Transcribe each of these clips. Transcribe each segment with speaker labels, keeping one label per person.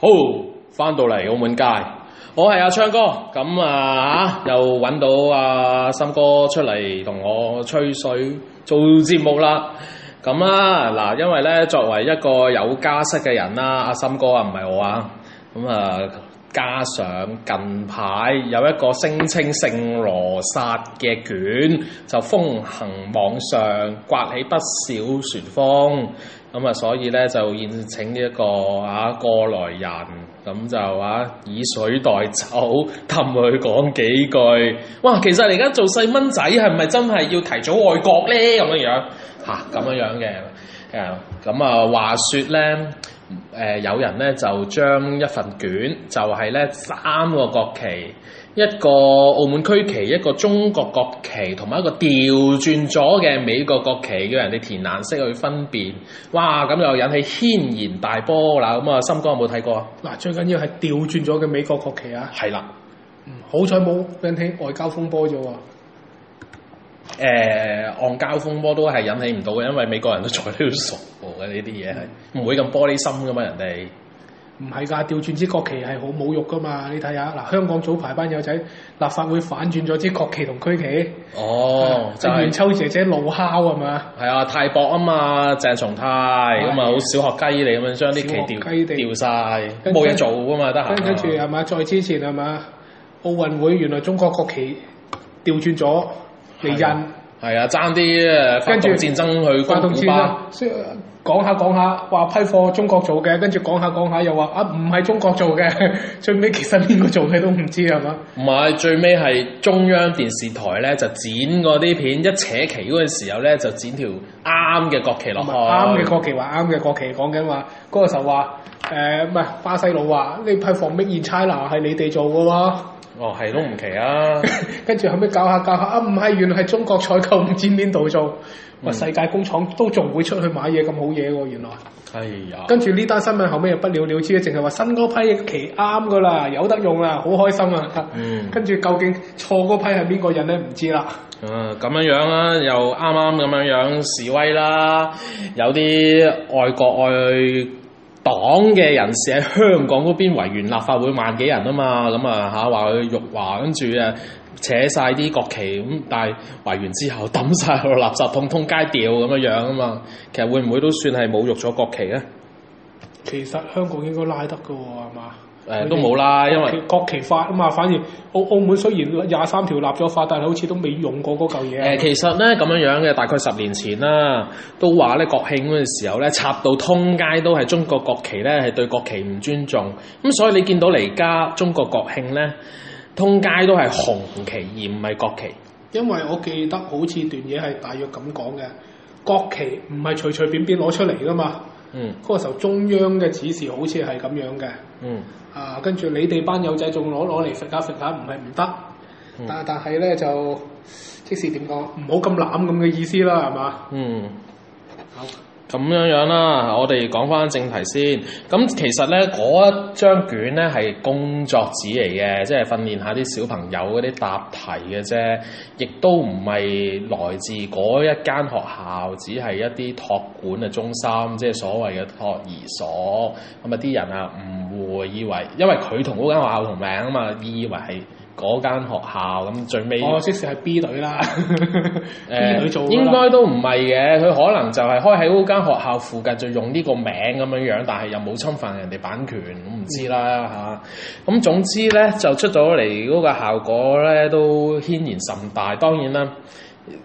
Speaker 1: 好，翻到嚟澳門街，我係阿昌哥，咁啊嚇又揾到阿、森哥出嚟同我吹水做節目啦。咁啊嗱，因為咧作為一個有家室嘅人啦，阿森哥啊唔係我啊，咁啊加上近排有一個聲稱聖羅撒嘅卷就風行網上，刮起不少旋風。咁啊，所以咧就宴請呢、一個啊過來人，咁就啊以水代酒，氹佢講幾句。哇，其實你而家做細蚊仔係咪真係要提早愛國咧？咁樣樣嚇，咁、樣樣嘅誒，咁啊話説咧。誒、有人咧就將一份卷，就係、咧三個國旗，一個澳門區旗，一個中國國旗，同埋一個調轉咗嘅美國國旗，叫人哋填顏色去分辨。哇！咁又引起軒然大波啦。咁啊，森哥有冇睇過啊？
Speaker 2: 嗱，最緊要係調轉咗嘅美國國旗啊！
Speaker 1: 係啦，
Speaker 2: 嗯好彩冇引起外交風波啫喎。
Speaker 1: 誒、戇交風波都係引起唔到嘅，因為美國人都在呢度傻嘅呢啲嘢係唔會咁玻璃心噶嘛，人哋。
Speaker 2: 唔係㗎，調轉支國旗係好侮辱㗎嘛！你睇下嗱，香港早排班友仔立法會反轉咗支國旗同區旗，
Speaker 1: 哦， 就
Speaker 2: 就
Speaker 1: 係、
Speaker 2: 元秋姐姐怒敲係嘛？
Speaker 1: 係啊，太薄啊嘛，鄭松泰咁啊，好小學雞嚟咁樣將啲
Speaker 2: 小
Speaker 1: 旗
Speaker 2: 學
Speaker 1: 掉
Speaker 2: 雞地
Speaker 1: 掉晒，
Speaker 2: 跟
Speaker 1: 冇嘢做噶嘛，得閒啊。
Speaker 2: 跟跟住係嘛？再之前係嘛？奧運會原來中國國旗調轉咗嚟印，
Speaker 1: 係啊，爭啲誒發
Speaker 2: 跟住
Speaker 1: 動戰爭去
Speaker 2: 發動
Speaker 1: 古
Speaker 2: 戰
Speaker 1: 巴。
Speaker 2: 啦！雖講下講下話批貨中國做嘅，跟住講下講下又話啊唔係中國做嘅， 最尾其實邊個做嘅都唔知係嘛？
Speaker 1: 唔係，最尾係中央電視台咧就剪嗰啲片，一扯旗嗰陣時候咧就剪條啱嘅國旗落去。
Speaker 2: 啱嘅國旗話啱嘅國旗，講緊話嗰個時候話誒唔係巴西佬話呢批防 Made in China 係你哋做嘅喎，
Speaker 1: 哦，係都唔奇啊！
Speaker 2: 跟住後尾搞下搞下啊唔係原來係中國採購唔知邊度做，話世界工廠都仲會出去買嘢咁好嘢喎原來。
Speaker 1: 係哎呀，
Speaker 2: 跟住呢單新聞後尾又不了了之，淨係話新嗰批旗啱噶啦，有得用啦，好開心啊！
Speaker 1: 嗯
Speaker 2: 跟住究竟錯嗰批係邊個人咧？唔知啦。
Speaker 1: 啊咁樣樣啦，又啱啱咁樣樣示威啦，有啲愛國愛黨嘅人士喺香港嗰邊圍完立法會萬幾人啊嘛，咁啊嚇話佢辱華，跟住誒扯晒啲國旗咁，但係圍完之後抌晒落垃圾桶，通街掉咁樣樣啊嘛，其實會唔會都算係侮辱咗國旗咧？
Speaker 2: 其實香港應該拉得噶喎，係嘛？
Speaker 1: 誒呃都冇啦，因為
Speaker 2: 國旗法啊嘛，反而澳澳門雖然廿三條立咗法，但係好似都未用過嗰嚿
Speaker 1: 誒、
Speaker 2: 嘢。啊
Speaker 1: 呃其實咧咁樣樣嘅，大概十年前啦，都話咧國慶嗰陣時候咧，插到通街都係中國國旗咧，係對國旗唔尊重。咁所以你見到嚟家中國國慶咧，通街都係紅旗而唔係國旗。
Speaker 2: 因為我記得好似段嘢係大約咁講嘅，國旗唔係隨隨便便攞出嚟噶嘛。
Speaker 1: 嗯
Speaker 2: 嗰個時候中央嘅指示好似係咁樣嘅。
Speaker 1: 嗯，
Speaker 2: 啊，跟住你哋班友仔仲攞攞嚟揈下揈下，唔係唔得，
Speaker 1: 嗯
Speaker 2: 但但係咧就即是點講，唔好咁濫咁嘅意思啦，係嘛？
Speaker 1: 嗯。咁樣樣啦，我哋講翻正題先。咁其實咧，嗰一張卷咧係工作紙嚟嘅，即係訓練下啲小朋友嗰啲答題嘅啫，亦都唔係來自嗰一間學校，只係一啲托管嘅中心，即係所謂嘅托兒所。咁啊，啲人啊誤會，以為因為佢同嗰間學校同名啊嘛，以為係嗰間學校，咁最尾。
Speaker 2: 我哦即使係 B 隊啦
Speaker 1: 誒
Speaker 2: ，B 隊做㗎
Speaker 1: 呃應
Speaker 2: 啦
Speaker 1: 該都唔係嘅，佢可能就係開喺嗰間學校附近就用呢個名咁樣樣，但係又冇侵犯人哋版權，我唔知
Speaker 2: 嗯
Speaker 1: 啦嚇。咁、總之咧就出咗嚟嗰個效果咧都軒然甚大。當然啦，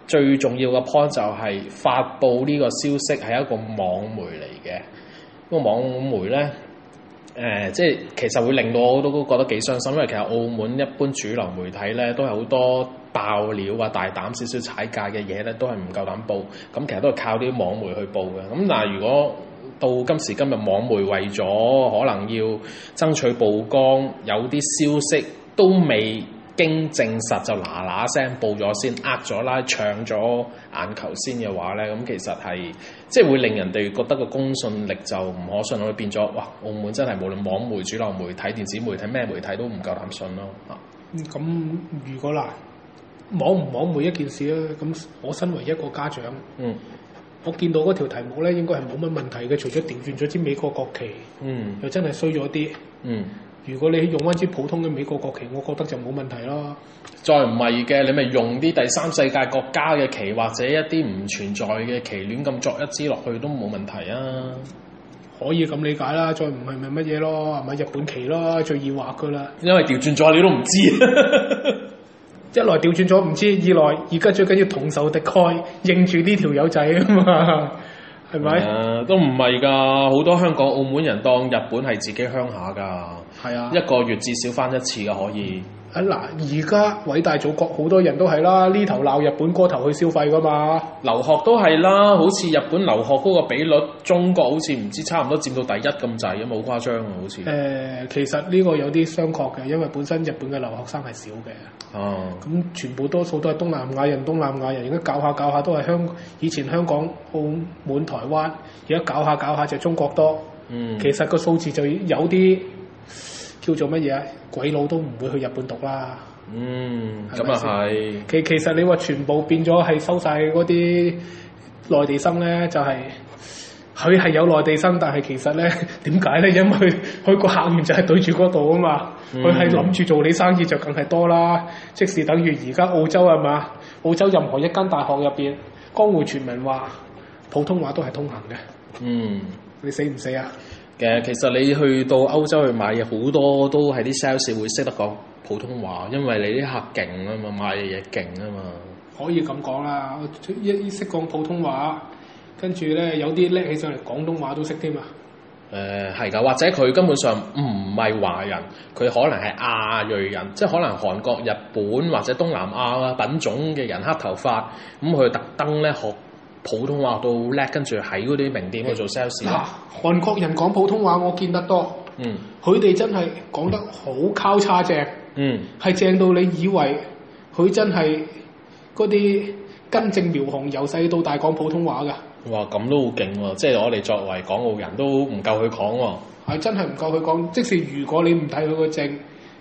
Speaker 1: 最重要嘅 point 就係發布呢個消息係一個網媒嚟嘅，個網媒咧。誒、即係其實會令到我都覺得幾傷心，因為其實澳門一般主流媒體咧都係好多爆料啊、大膽少少踩界嘅嘢咧，都係唔夠膽報。咁其實都係靠啲網媒去報嘅。咁但係如果到今時今日，網媒為咗可能要爭取曝光，有啲消息都未經證實就嗱嗱聲報咗先，呃咗啦，搶咗眼球先嘅話咧，咁其實係即係會令人哋覺得個公信力就唔可信咯，變咗哇！澳門真係無論網媒、主流媒體、電子媒體咩媒體都唔夠膽信咯啊！
Speaker 2: 嗯咁如果嗱，網唔網每一件事咧，咁我身為一個家長，
Speaker 1: 嗯
Speaker 2: 我見到嗰條題目咧，應該係冇乜問題嘅，除咗調轉咗支美國國旗，
Speaker 1: 嗯
Speaker 2: 又真係衰咗啲。
Speaker 1: 嗯，
Speaker 2: 如果你用翻支普通嘅美國國旗，我覺得就冇問題咯。
Speaker 1: 再唔係嘅，你咪用啲第三世界國家嘅旗或者一啲唔存在嘅旗亂咁作一支落去都冇問題啊。
Speaker 2: 可以咁理解啦，再唔係咪乜嘢咯？係咪日本旗咯？最易畫噶啦。
Speaker 1: 因為調轉咗你都唔知。啊
Speaker 2: 一來調轉咗唔知，二來而家最緊要同仇敵愾，應住呢條友仔啊嘛，係咪？
Speaker 1: 啊都唔係㗎，好多香港、澳門人當日本係自己鄉下㗎，
Speaker 2: 係啊。
Speaker 1: 一個月至少翻一次㗎可以。
Speaker 2: 啊嗱，而家偉大祖國好多人都係啦，呢頭鬧日本，嗰頭去消費噶嘛。
Speaker 1: 留學都係啦，好似日本留學嗰個比率，中國好似唔知差唔多佔到第一咁滯咁，好誇張啊，好似
Speaker 2: 誒、。其實呢個有啲商榷嘅，因為本身日本嘅留學生係少嘅，
Speaker 1: 啊，
Speaker 2: 咁全部多數都係東南亞人，東南亞人而家搞下搞下都係香，以前香港、澳門、台灣，而家搞下搞下就中國多。
Speaker 1: 嗯，
Speaker 2: 其實個數字就有啲叫做乜嘢啊？鬼佬都唔會去日本讀啦。
Speaker 1: 嗯，
Speaker 2: 係
Speaker 1: 咁
Speaker 2: 咪
Speaker 1: 啊
Speaker 2: 先
Speaker 1: 係，
Speaker 2: 其其實你話全部變咗係收晒嗰啲內地生咧，就係佢係有內地生，但係其實咧 點解咧？因為佢個客源就係對住嗰度啊嘛，
Speaker 1: 嗯
Speaker 2: 佢係諗住做你生意就梗係多啦。即使等於而家澳洲係嘛，澳洲任何一間大學入邊，江湖傳聞話普通話都係通行嘅，
Speaker 1: 嗯。
Speaker 2: 你死唔死啊？
Speaker 1: 嘅其實你去到歐洲去買嘢，好多都係啲 sales 會識得講普通話，因為你啲客勁啊嘛，買嘢勁啊嘛。
Speaker 2: 可以咁講啦，我一一識講普通話，跟住咧有啲叻起上嚟廣東話都識添啊！
Speaker 1: 誒呃係㗎，或者佢根本上唔係華人，佢可能係亞裔人，即係可能韓國、日本或者東南亞啊品種嘅人黑頭髮，咁佢特登咧學普通話到叻，跟住喺嗰啲名店去做 sales
Speaker 2: 嗱、。韓國人講普通話我見得多，
Speaker 1: 嗯
Speaker 2: 佢哋真係講得好交叉正，
Speaker 1: 嗯
Speaker 2: 係正到你以為佢真係嗰啲根正苗紅，由細到大講普通話㗎，
Speaker 1: 哇咁都好勁喎！即係我哋作為港澳人都唔夠佢講喎。
Speaker 2: 係真係唔夠佢講。即使如果你唔睇佢個證，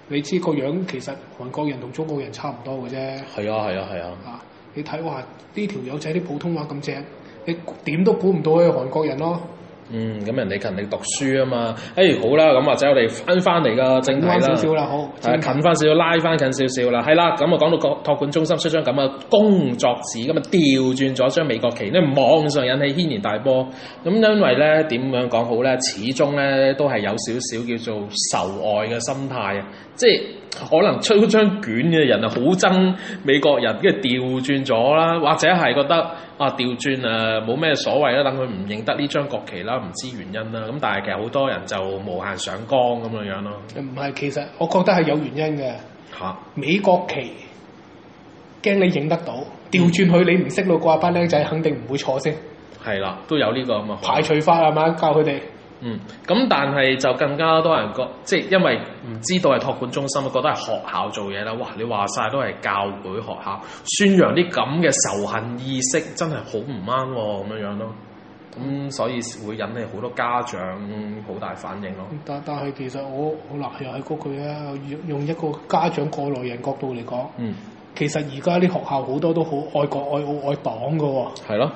Speaker 2: 你知個樣其實韓國人同中國人差唔多嘅啫。
Speaker 1: 係啊係啊係啊！
Speaker 2: 啊！你睇哇，呢條友仔啲普通話咁正，你點都估唔到佢係韓國人咯。
Speaker 1: 嗯，咁人哋勤力讀書啊嘛。誒、好啦，咁或者我哋翻翻嚟個正題
Speaker 2: 啱
Speaker 1: 啦
Speaker 2: 少。少啦，好。
Speaker 1: 係啊近翻少少，拉翻近少少啦，係啦，咁啊講到個托管中心出張咁嘅工作紙，咁啊調轉咗張美國旗，咧網上引起軒然大波。咁因為咧點樣講好咧，始終咧都係有少少叫做仇外嘅心態啊，即係可能出張卷嘅人啊好憎美國人，跟住調轉咗啦，或者係覺得啊調轉誒冇咩所謂啦，等佢唔認得呢張國旗啦，唔知原因啦。咁但係其實好多人就無限上綱咁樣樣咯，
Speaker 2: 唔係，其實我覺得係有原因嘅。
Speaker 1: 嚇、
Speaker 2: 美國旗驚你影得到，調轉佢你唔識路掛班僆仔，肯定唔會錯先。
Speaker 1: 係啦，都有呢個咁嘅可能
Speaker 2: 排除法係嘛？教佢哋
Speaker 1: 嗯，咁但係就更加多人覺，即係因為
Speaker 2: 嗯
Speaker 1: 唔知道係托管中心，啊覺得係學校做嘢啦。哇！你話晒都係教會學校，宣揚啲咁嘅仇恨意識，真係好唔啱喎咁樣樣咯。咁所以會引起好多家長好大反應咯。
Speaker 2: 但但係其實我我嗱又係嗰句啊，用用一個家長過來人角度嚟講，
Speaker 1: 嗯，
Speaker 2: 其實而家啲學校好多都好愛國愛澳愛黨噶喎，
Speaker 1: 係咯。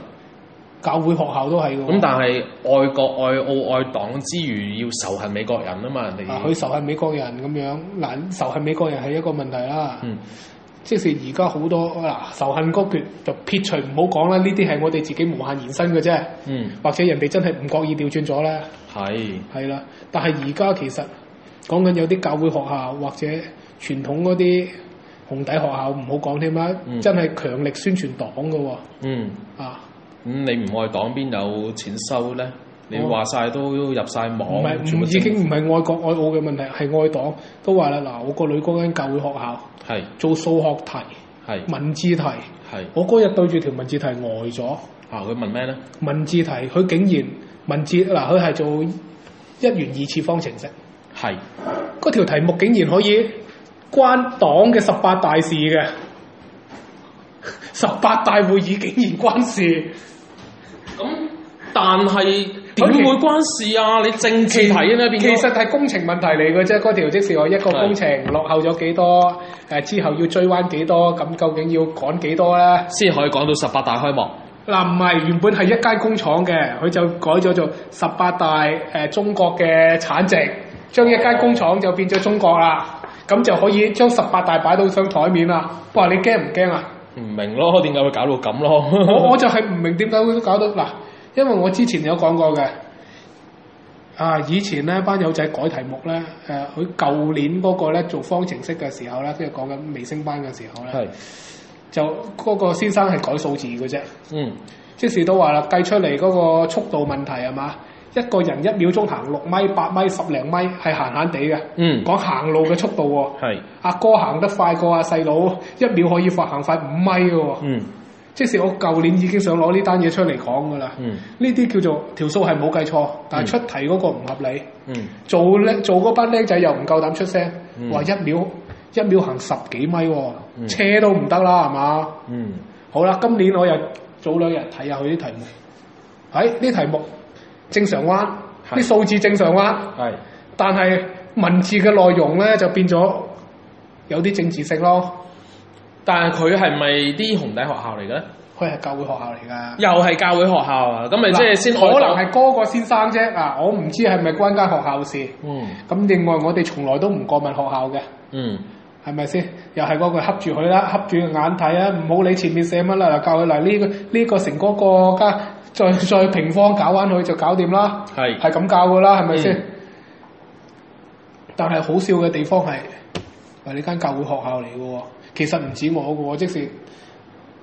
Speaker 2: 教會學校都係㗎喎。
Speaker 1: 咁但係愛國愛澳愛黨之餘，要仇恨美國人啊嘛，人哋。
Speaker 2: 啊，佢仇恨美國人咁樣，嗱仇恨美國人係一個問題啦。
Speaker 1: 嗯
Speaker 2: 即使而家好多嗱仇恨嗰橛就撇除唔好講啦，呢啲係我哋自己無限延伸嘅啫，
Speaker 1: 嗯，
Speaker 2: 或者人哋真係唔覺意調轉咗啦，
Speaker 1: 係
Speaker 2: 係啦。但係而家其實講緊有啲教會學校或者傳統嗰啲紅底學校唔好講添啦，
Speaker 1: 嗯
Speaker 2: 真係強力宣傳黨嘅喎
Speaker 1: 嗯。
Speaker 2: 啊！
Speaker 1: 咁、你唔愛黨邊有錢收咧？你話晒都入晒網
Speaker 2: 唔，係
Speaker 1: 哦全
Speaker 2: 唔
Speaker 1: 部
Speaker 2: 已經
Speaker 1: 政
Speaker 2: 唔係愛國愛澳嘅問題，係愛黨都話啦嗱，我個女嗰間教會學校
Speaker 1: 係
Speaker 2: 做數學題。
Speaker 1: 係
Speaker 2: 文字題，
Speaker 1: 係
Speaker 2: 我嗰日對住條文字題呆咗。
Speaker 1: 嚇佢問咩咧？
Speaker 2: 文字題佢竟然文字嗱，佢係做一元二次方程式，
Speaker 1: 係
Speaker 2: 嗰條題目竟然可以關黨嘅十八大事嘅，十八大會議竟然關事。
Speaker 1: 咁，但係
Speaker 2: 點
Speaker 1: 點
Speaker 2: 會
Speaker 1: 會關事啊？你政治題啊咩？
Speaker 2: 其實係工程問題嚟嘅啫，嗰條即是我一個
Speaker 1: 係
Speaker 2: 工程落後咗幾多，誒、之後要追翻幾多，咁究竟要趕幾多咧？
Speaker 1: 先可以講到十八大開幕。
Speaker 2: 誒、嗱唔係原本係一間工廠嘅，佢就改咗做十八大誒、呃中國嘅產值，將一間工廠就變咗中國啦，咁就可以將十八大擺到上台面啦。哇！你驚唔驚啊？
Speaker 1: 唔明咯，點解會搞到咁咯？
Speaker 2: 我我就係唔明點解會搞到嗱，因為我之前有講過嘅，啊以前咧班友仔改題目咧，誒佢舊年嗰個咧做方程式嘅時候咧，即係講緊微升班嘅時候 咧，
Speaker 1: 係，
Speaker 2: 就嗰個先生係改數字嘅啫，
Speaker 1: 嗯，
Speaker 2: 即是都話啦，計出嚟嗰個速度問題係嘛，一個人一秒鐘行六米、八米、十零米係閒閒地嘅，
Speaker 1: 嗯，
Speaker 2: 講行路嘅速度喎、
Speaker 1: 係，
Speaker 2: 阿哥行得快過阿細佬，一秒可以快行快五米嘅喎、
Speaker 1: 嗯，
Speaker 2: 即使我舊年已經想攞呢單嘢出嚟講㗎啦，
Speaker 1: 嗯，
Speaker 2: 呢啲叫做條數係冇計錯，但係出題嗰個唔合理，
Speaker 1: 嗯，
Speaker 2: 做僆做嗰班僆仔又唔夠膽出聲
Speaker 1: 嗯，
Speaker 2: 話、一秒一秒行十幾米喎、
Speaker 1: 嗯
Speaker 2: 車都唔得啦，係嘛？
Speaker 1: 嗯，
Speaker 2: 好啦，今年我又早兩日睇下佢啲題目，喺、呢題目正常彎，
Speaker 1: 係
Speaker 2: 啲數字正常彎，
Speaker 1: 係，
Speaker 2: 但係文字嘅內容咧就變咗有啲政治性咯，
Speaker 1: 但係佢係咪啲紅底學校嚟嘅咧？
Speaker 2: 佢係教會學校嚟㗎。
Speaker 1: 又係教會學校啊？咁咪即係先
Speaker 2: 可
Speaker 1: 愛
Speaker 2: 能
Speaker 1: 國
Speaker 2: 係嗰個先生啫啊！我唔知係咪關間學校事。
Speaker 1: 嗯
Speaker 2: 咁另外我哋從來都唔過問學校嘅，
Speaker 1: 嗯
Speaker 2: 係咪先？又係嗰句恰住佢啦，恰住眼睇啊！唔好理前面寫乜啦，教佢嗱呢個呢、個成嗰個加再再平方搞翻佢就搞掂啦，
Speaker 1: 係
Speaker 2: 係咁教噶啦，係咪先？
Speaker 1: 嗯
Speaker 2: 但係好笑嘅地方係，喂呢間教會學校嚟嘅喎，其實唔止我嘅喎，即使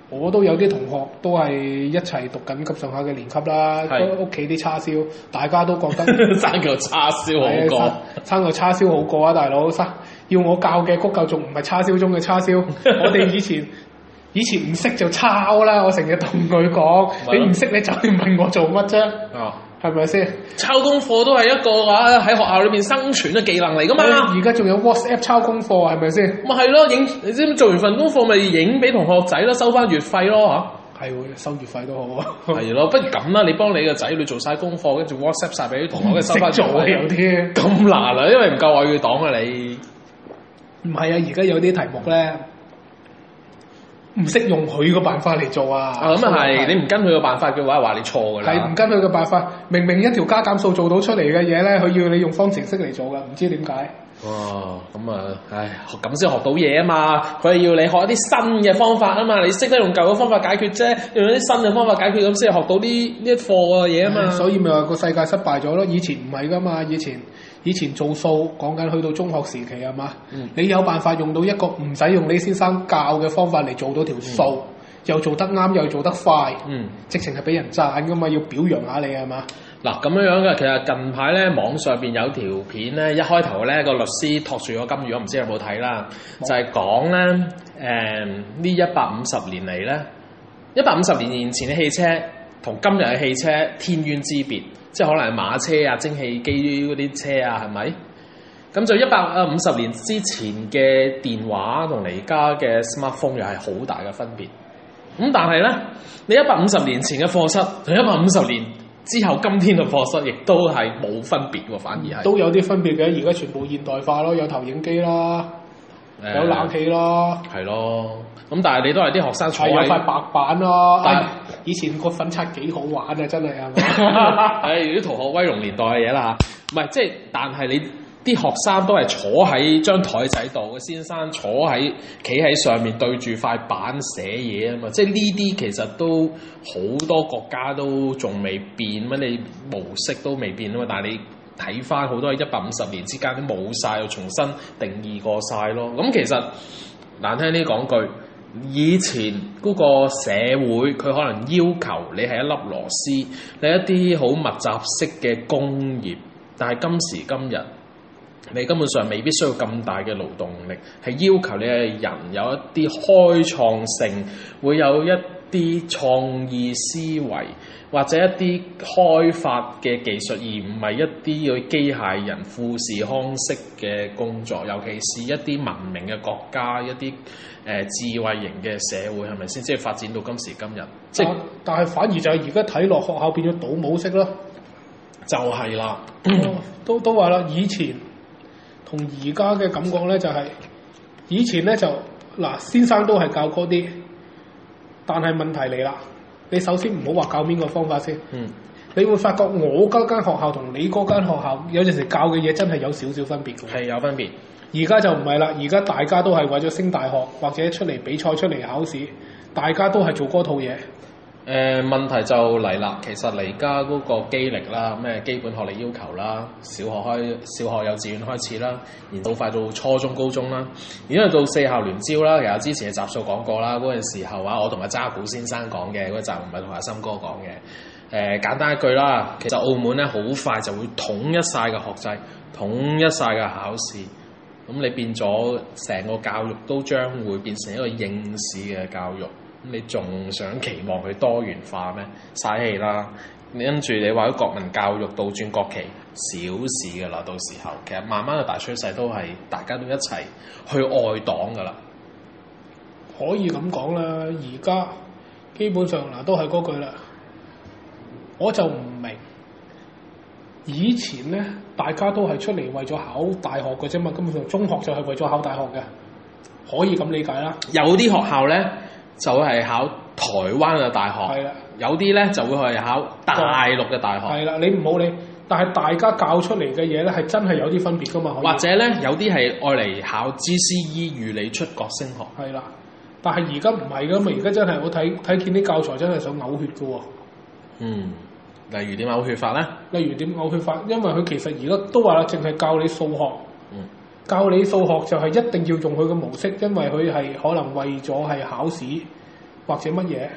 Speaker 2: 我都有啲同學都係一齊讀緊級上下嘅年級啦，
Speaker 1: 係
Speaker 2: 都屋企啲叉燒，大家都覺得。
Speaker 1: 生嚿叉燒好
Speaker 2: 係啊
Speaker 1: 過，
Speaker 2: 生生個叉燒好過啊，大佬生要我教嘅谷嚿仲唔係叉燒中嘅叉 燒？我哋以前以前唔識就抄啦，我成日同佢講，
Speaker 1: 咪咯
Speaker 2: 你唔識你就嚟問我做乜啫？
Speaker 1: 啊！
Speaker 2: 係咪先？
Speaker 1: 抄功課都係一個話喺學校裏邊生存嘅技能嚟噶嘛，
Speaker 2: 而家仲有 WhatsApp 抄功課啊係咪先？
Speaker 1: 咪係咯，影你知唔知做完份功課咪影俾同學仔咯，收翻月費咯
Speaker 2: 係喎，收月費都好啊，
Speaker 1: 嚇，係咯，不如咁啦，你幫你個仔女做晒功課，跟住 WhatsApp 晒俾啲同學，跟住收
Speaker 2: 識
Speaker 1: 翻
Speaker 2: 做啊 有啲。
Speaker 1: 咁難啊，因為唔夠愛語黨啊你，
Speaker 2: 唔係啊，而家有啲題目咧唔識用佢個辦法嚟做啊。
Speaker 1: 啊咁啊係，你唔跟佢個辦法嘅話，話你錯㗎
Speaker 2: 係唔
Speaker 1: 啦，
Speaker 2: 跟佢嘅辦法，明明一條加減數做到出嚟嘅嘢咧，佢要你用方程式嚟做噶，唔知點解。
Speaker 1: 哇，咁啊，唉，學咁先學到嘢啊嘛，佢係要你學一啲新嘅方法啊嘛，你識得用舊嘅方法解決啫，要用啲新嘅方法解決咁先係學到啲呢一課嘅嘢啊嘛，
Speaker 2: 嗯所以咪話個世界失敗咗咯。以前唔係噶嘛，以前以前做數講緊去到中學時期係嘛，
Speaker 1: 嗯
Speaker 2: 你有辦法用到一個唔使用你先生教嘅方法嚟做到條數，又做得啱又做得快，
Speaker 1: 嗯。
Speaker 2: 直情係俾人讚噶嘛，要表揚下你係嘛。
Speaker 1: 嗱咁樣樣嘅，其實近排咧網上邊有條片咧，一開頭咧個律師托住個金魚，我唔知有冇睇啦，
Speaker 2: 冇
Speaker 1: 就係講咧誒呢一百五十年嚟咧，一百五十年前嘅汽車同今日嘅汽車天淵之別，即係可能係馬車啊、蒸汽機嗰啲車啊，係咪？咁就一百誒五十年之前嘅電話同而家嘅 smartphone 又係好大嘅分別。咁但係咧，你一百五十年前嘅課室同一百五十年之後今天嘅課室，亦都係冇分別喎，反而係
Speaker 2: 都有啲分別嘅，而家全部現代化咯，有投影機啦，有冷氣啦。
Speaker 1: 係咯。咁但係你都係啲學生坐
Speaker 2: 係有塊
Speaker 1: 喺，
Speaker 2: 白板咯，
Speaker 1: 但
Speaker 2: 哎以前個粉刷幾好玩啊，真係係嘛？
Speaker 1: 唉，啲逃學威龍年代嘅嘢啦嚇。唔係即係，但係你啲學生都係坐喺張台仔度，個先生坐喺企喺上面對住塊板寫嘢啊嘛。即係呢啲其實都好多國家都仲未變乜，你模式都未變啊嘛。但係你睇翻好多一百五十年之間都冇晒，又重新定義過晒咯。咁其實難聽啲講句，以前嗰個社會佢可能要求你係一粒螺絲，你一啲好密集式嘅工業，但係今時今日。你根本上未必需要咁大嘅勞動力，係要求你嘅人有一啲開創性，會有一啲創意思維或者一啲開發嘅技術，而唔係一啲嘅機械人富士康式嘅工作。尤其是一啲文明嘅國家，一啲誒、呃智慧型嘅社會，係咪先？即係發展到今時今日， 即係
Speaker 2: 但但係反而就係而家睇落學校變咗倒模式咯，
Speaker 1: 就係啦。嗯
Speaker 2: 都都話啦，以前同而家嘅感覺咧就係、以前咧就嗱先生都係教嗰啲，但係問題嚟啦，你首先唔好話教邊個方法先，
Speaker 1: 嗯，
Speaker 2: 你會發覺我嗰間學校同你嗰間學校有陣時教嘅嘢真係有少少分別嘅喎。
Speaker 1: 係有分別。
Speaker 2: 而家就唔係啦，而家大家都係為咗升大學或者出嚟比賽、出嚟考試，大家都係做嗰套嘢。
Speaker 1: 誒、呃問題就嚟啦，其實嚟家嗰個機力啦，咩基本學歷要求啦，小學開小學幼稚園開始啦，然到快到初中高中啦，然之後到四校聯招啦，其實之前嘅集數講過啦，嗰陣時候啊，我同阿渣古先生講嘅，嗰集唔係同阿森哥講嘅。誒、簡單一句啦，其實澳門咧好快就會統一晒嘅學制，統一晒嘅考試，咁你變咗成個教育都將會變成一個應試嘅教育，咁你仲想期望佢多元化咩？嘥氣啦！跟住你話咗國民教育倒轉國旗，小事㗎啦，到時候其實慢慢嘅大趨勢都係大家都一齊去愛黨㗎啦。
Speaker 2: 可以咁講啦，而家基本上嗱都係嗰句啦，我就唔明。以前咧，大家都係出嚟為咗考大學嘅啫嘛，根本上中學就係為咗考大學嘅，可以咁理解啦。
Speaker 1: 有啲學校呢，就係考台灣嘅大學
Speaker 2: 係，啦，
Speaker 1: 有啲呢就會係考大陸嘅大學。
Speaker 2: 係啦，你唔好理，但係大家教出嚟嘅嘢咧，係真係有啲分別噶嘛，可以
Speaker 1: 或者咧有啲係愛嚟考 GCE 預你出國升學，
Speaker 2: 係啦。但係而家唔係噶嘛，而家真係我睇睇見啲教材真係想嘔血噶喎、
Speaker 1: 嗯，例如點嘔血法咧？
Speaker 2: 例如點嘔血法，因為佢其實而家都話啦，淨係教你數學。
Speaker 1: 嗯
Speaker 2: 教你數學就係一定要用佢嘅模式，因為佢係可能為咗係考試或者乜嘢。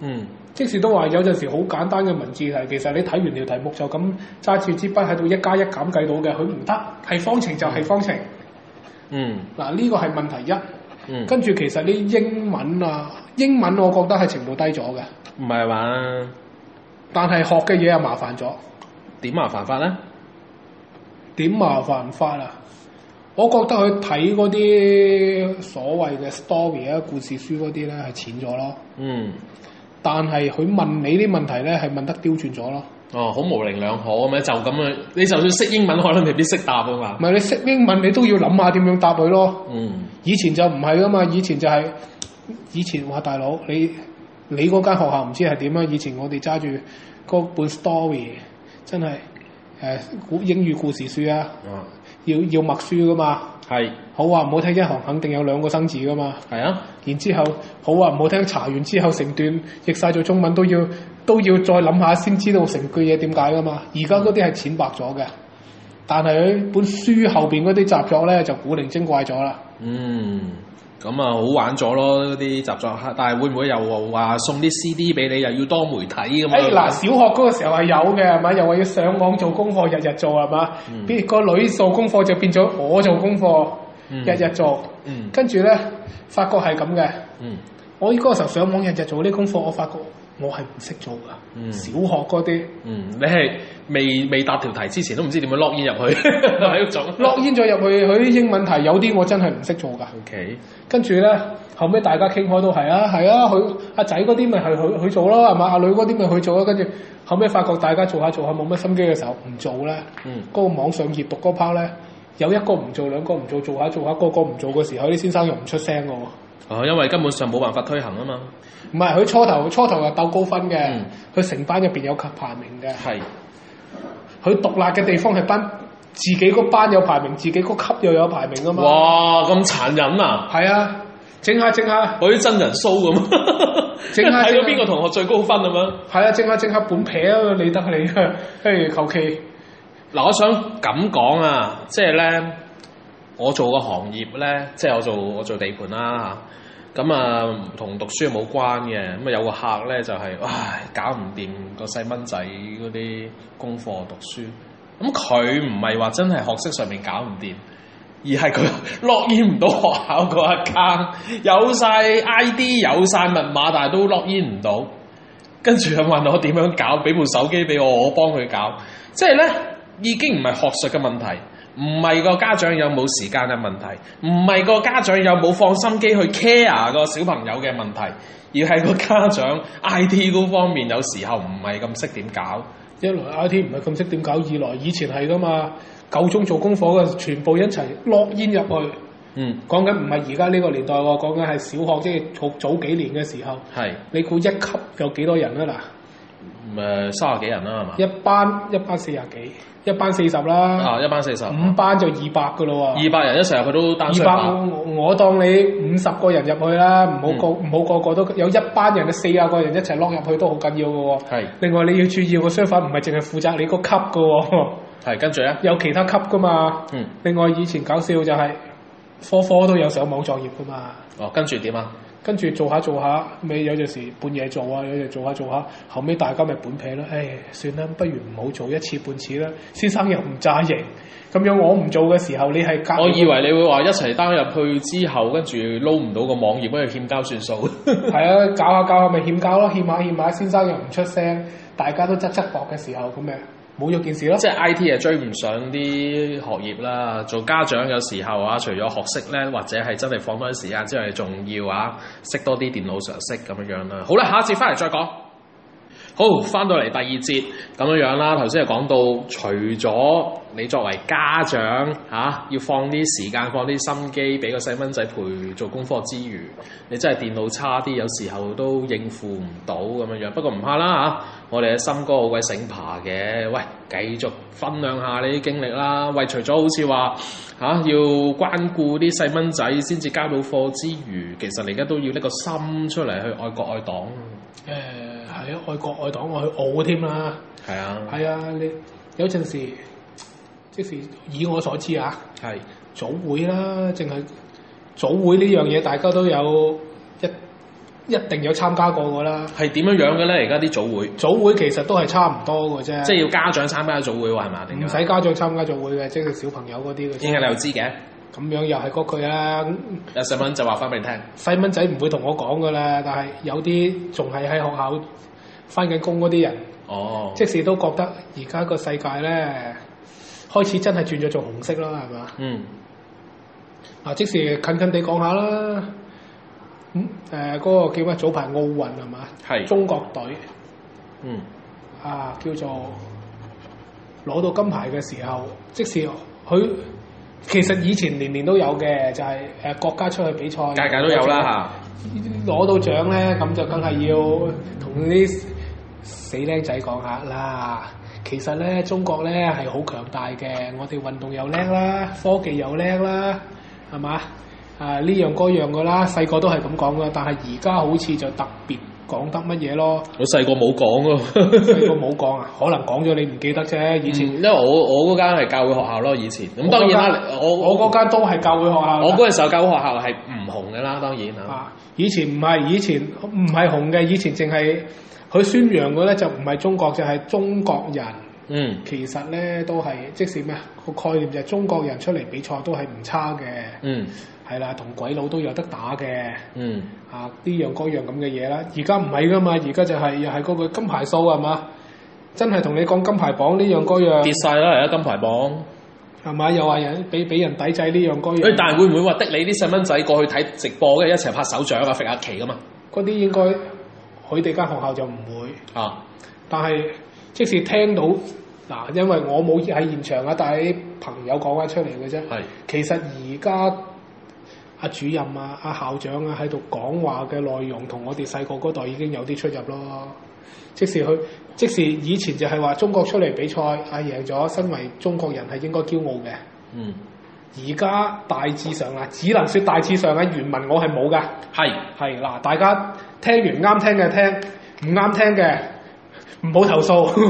Speaker 1: 嗯，
Speaker 2: 即使都話有陣時好簡單嘅文字題，其實你睇完條題目就咁揸住支筆喺度一加一減計到嘅，佢唔得，係方程就係方程。
Speaker 1: 嗯
Speaker 2: 嗱，呢個係問題一。
Speaker 1: 嗯，
Speaker 2: 跟住其實啲英文啊，英文我覺得係程度低咗嘅，
Speaker 1: 唔係話
Speaker 2: 但係學嘅嘢係麻煩咗。
Speaker 1: 點麻煩法咧？
Speaker 2: 點麻煩法啊？我覺得佢睇嗰啲所謂嘅 story 啊、故事書嗰啲咧係淺咗咯，
Speaker 1: 嗯，
Speaker 2: 但係佢問你啲問題咧係問得刁鑽咗咯。
Speaker 1: 哦，好模棱兩可咁樣，就咁樣。你就算識英文，可能未必識答啊嘛
Speaker 2: 唔。係你識英文，你都要諗下點樣答佢咯。
Speaker 1: 嗯
Speaker 2: 以前就唔係噶嘛，以前就係、以前話大佬你你嗰間學校唔知係點啊？以前我哋揸住嗰本 story 真係誒、古英語故事書啊，
Speaker 1: 啊，
Speaker 2: 要要默書噶嘛。
Speaker 1: 係
Speaker 2: 好話唔好聽，一行肯定有兩個生字噶嘛。
Speaker 1: 係啊，
Speaker 2: 然之後好啊話唔好聽，查完之後成段譯晒做中文都要都要再諗下先知道成句嘢點解噶嘛。而家嗰啲係淺白咗嘅，但係佢本書後邊嗰啲習作咧就古靈精怪咗啦。
Speaker 1: 嗯。咁啊，好玩咗咯嗰啲習作，但係會唔會又話送啲 CD 俾你，又要多媒體咁啊
Speaker 2: 誒哎
Speaker 1: 樣？
Speaker 2: 嗱、小學嗰個時候係有嘅係嘛，又話要上網做功課，日日做係嘛。
Speaker 1: 嗯
Speaker 2: 邊、個女做功課就變咗我做功課，
Speaker 1: 嗯
Speaker 2: 日日做。
Speaker 1: 嗯
Speaker 2: 跟住咧，發覺係咁嘅。
Speaker 1: 嗯
Speaker 2: 我嗰個時候上網日日做啲功課，我發覺我係唔識做噶。
Speaker 1: 嗯
Speaker 2: 小學嗰啲。
Speaker 1: 嗯，你係未未答條題之前都唔知點樣 log in 入去，係一種
Speaker 2: 落煙咗入去，佢啲英文題有啲我真係唔識做㗎。
Speaker 1: O K，
Speaker 2: 跟住咧，後尾大家傾開都係啊，係啊，佢阿仔嗰啲咪係佢佢做咯，係嘛？阿女嗰啲咪佢做咯。跟住後尾發覺大家做下做下冇乜心機嘅時候，唔做咧，
Speaker 1: 嗯
Speaker 2: 嗰、個網上閱讀嗰 part 咧，有一個唔做，兩個唔做，做下做下，個個唔做嘅時候，啲先生又唔出聲㗎喎。
Speaker 1: 啊，因為根本上冇辦法推行啊嘛，
Speaker 2: 唔係佢初頭初頭又鬥高分嘅，佢
Speaker 1: 嗯、
Speaker 2: 成班入邊有排名嘅。
Speaker 1: 係，
Speaker 2: 佢獨立嘅地方係班自己嗰班有排名，自己嗰級又有排名啊嘛。
Speaker 1: 哇，咁殘忍 啊！
Speaker 2: 係啊，整下整下，
Speaker 1: 嗰啲真人 show 咁，
Speaker 2: 整下
Speaker 1: 睇到
Speaker 2: 整下
Speaker 1: 邊個同學最高分咁樣。
Speaker 2: 係啊，整下整下本撇啊，理得你 啊，誒求其
Speaker 1: 嗱，我想咁講啊，即係咧，我做個行業咧，即係我做我做地盤啦嚇，咁啊同讀書冇關嘅，咁啊有個客咧就係、唉搞唔掂個細蚊仔嗰啲功課讀書，咁佢唔係話真係學識上面搞唔掂。而係佢 log in 唔到學校嗰一間，有晒 ID 有晒密碼，但係都 log in 唔到。跟住佢問我點樣搞，俾部手機俾我，我幫佢搞。即係呢，已經唔係學術嘅問題，唔係個家長有冇時間嘅問題，唔係個家長有冇放心機去 care 個小朋友嘅問題，而係個家長 IT 嗰方面有時候唔係咁識點搞。
Speaker 2: 一來 I T 唔係咁識點搞，二來以前係噶嘛，九中做功課嘅全部一齊落煙入去，
Speaker 1: 嗯，
Speaker 2: 講緊唔係而家呢個年代喎，講緊係小學即係早早幾年嘅時候，
Speaker 1: 係
Speaker 2: 你估一級有幾多人啊？
Speaker 1: 誒呃三十幾人啦，係嘛
Speaker 2: 嗱，？一班一班四廿幾，一班四十啦，
Speaker 1: 啊，一班四十，
Speaker 2: 五班就二百噶咯喎。
Speaker 1: 二百人一成日佢都單
Speaker 2: 二
Speaker 1: 雙
Speaker 2: 百
Speaker 1: 打，
Speaker 2: 我我當你五十個人入去啦，唔好
Speaker 1: 嗯
Speaker 2: 個唔好個個都有一班人嘅四廿個人一齊落入去都好緊要嘅喎。
Speaker 1: 係
Speaker 2: 另外你要注意個 server 唔係淨係負責你個級嘅喎，
Speaker 1: 係跟住咧，
Speaker 2: 有其他級噶嘛。
Speaker 1: 嗯，
Speaker 2: 另外以前搞笑就係、科科都有上網作業噶嘛，
Speaker 1: 哦，跟住點啊？
Speaker 2: 跟住做下做下，咪有陣時半夜做啊，有陣做下做下，後尾大家咪本皮啦，唉，算啦，不如唔好做一次半次啦，先生又唔炸型，咁樣我唔做嘅時候，你係隔
Speaker 1: 我以為你會話一齊單入去之後，跟住撈唔到個網頁，跟住欠交算數。
Speaker 2: 係啊，搞下搞下咪欠交咯，欠下欠下，先生又唔出聲，大家都側側膊嘅時候，咁咪冇咗件事咯。
Speaker 1: 即係 I T 係追唔上啲學業啦，做家長有時候啊，除咗學識咧，或者係真係放多啲時間之外，仲要啊識多啲電腦常識咁樣樣啦。好啦，下一節翻嚟再講。好，翻到嚟第二節咁樣樣啦。頭先係講到，除咗你作為家長嚇、啊要放啲時間、放啲心機俾個細蚊仔陪做功課之餘，你真係電腦差啲，有時候都應付唔到咁樣樣。不過唔怕啦嚇、我哋嘅森哥好鬼醒爬嘅，喂，繼續分享下你啲經歷啦。喂，除咗好似話嚇要關顧啲細蚊仔先至交到貨之餘，其實你而家都要拎個心出嚟去愛國愛黨。
Speaker 2: 誒係啊，愛國愛黨，我去澳添啦。
Speaker 1: 係啊，
Speaker 2: 係啊，你有陣時，即是以我所知啊，
Speaker 1: 係。
Speaker 2: 早會啦，淨係早會呢樣嘢，大家都有一一定有參加過噶啦。
Speaker 1: 係點樣樣嘅咧？而家啲早會，
Speaker 2: 早會其實都係差唔多嘅啫，
Speaker 1: 即係要家長參加早會喎，係嘛？定
Speaker 2: 唔
Speaker 1: 點
Speaker 2: 使家長參加早會嘅，即係小朋友嗰啲嘅
Speaker 1: 應該你又知
Speaker 2: 啫。
Speaker 1: 嘅。
Speaker 2: 咁樣又係嗰句啦，
Speaker 1: 有細蚊就話翻俾你聽，
Speaker 2: 細蚊仔唔會同我講噶啦，但係有啲仲係喺學校翻緊工嗰啲人，
Speaker 1: 哦，
Speaker 2: 即使都覺得而家個世界咧開始真係轉咗做紅色啦，係嘛？
Speaker 1: 嗯，
Speaker 2: 啊，即時近近地講下啦。咁誒嗰個叫咩？早排奧運係嘛？
Speaker 1: 係，
Speaker 2: 中國隊
Speaker 1: 嗯，
Speaker 2: 啊，叫做攞到金牌嘅時候，即時佢其實以前年年都有嘅，就係、誒國家出去比賽，
Speaker 1: 屆屆都有啦
Speaker 2: 攞到獎咧，咁就梗係要同啲死僆仔講下啦。其實咧，中國咧係好強大嘅，我哋運動又叻啦，科技又叻啦，係嘛？啊呢樣嗰樣噶啦，細個都係咁講噶，但係而家好似就特別講得乜嘢咯？
Speaker 1: 嚇。我細個冇講
Speaker 2: 細個
Speaker 1: 喎。
Speaker 2: 冇講啊，可能講咗你唔記得啫。 以
Speaker 1: 以前，
Speaker 2: 前
Speaker 1: 因為我我嗰間係教會學校咯，以前嗯咁當然啦，我
Speaker 2: 我嗰間都係教會學校㗎。
Speaker 1: 我嗰陣時候教會學校係唔紅嘅啦，當然嚇。
Speaker 2: 啊，以前唔係，以前嗯唔係紅嘅，以前淨係佢宣揚嘅咧就唔係中國，就係、中國人。
Speaker 1: 嗯
Speaker 2: 其實咧都係，即使咩啊個概念就係中國人出嚟比賽都係唔差嘅，
Speaker 1: 嗯
Speaker 2: 係啦，同鬼佬都有得打嘅，
Speaker 1: 嗯，
Speaker 2: 啊呢樣嗰樣咁嘅嘢啦。而家唔係噶嘛，而家就係、又係嗰個金牌數係嘛，真係同你講金牌榜呢樣嗰
Speaker 1: 跌
Speaker 2: 樣
Speaker 1: 晒啦而家金牌榜。
Speaker 2: 係嘛，又話人俾俾人抵制呢樣嗰
Speaker 1: 誒，
Speaker 2: 樣，
Speaker 1: 但係會唔會話的你啲細蚊仔過去睇直播，跟住一齊拍手掌啊、揈下旗噶嘛？
Speaker 2: 嗰啲應該佢哋間學校就唔會。
Speaker 1: 啊，
Speaker 2: 但係即使聽到嗱，因為我冇喺現場啊，但係啲朋友講翻出嚟嘅啫。
Speaker 1: 係
Speaker 2: 其實而家阿主任啊、阿校長啊喺度講話嘅內容，同我哋細個嗰代已經有啲出入咯。即使佢，即使以前就係話中國出嚟比賽，啊贏咗，身為中國人係應該驕傲嘅。
Speaker 1: 嗯
Speaker 2: 而家大致上啦，只能說大致上嘅原文我係冇㗎。
Speaker 1: 係。
Speaker 2: 係嗱，大家聽完啱聽嘅聽，唔啱聽嘅唔好投訴。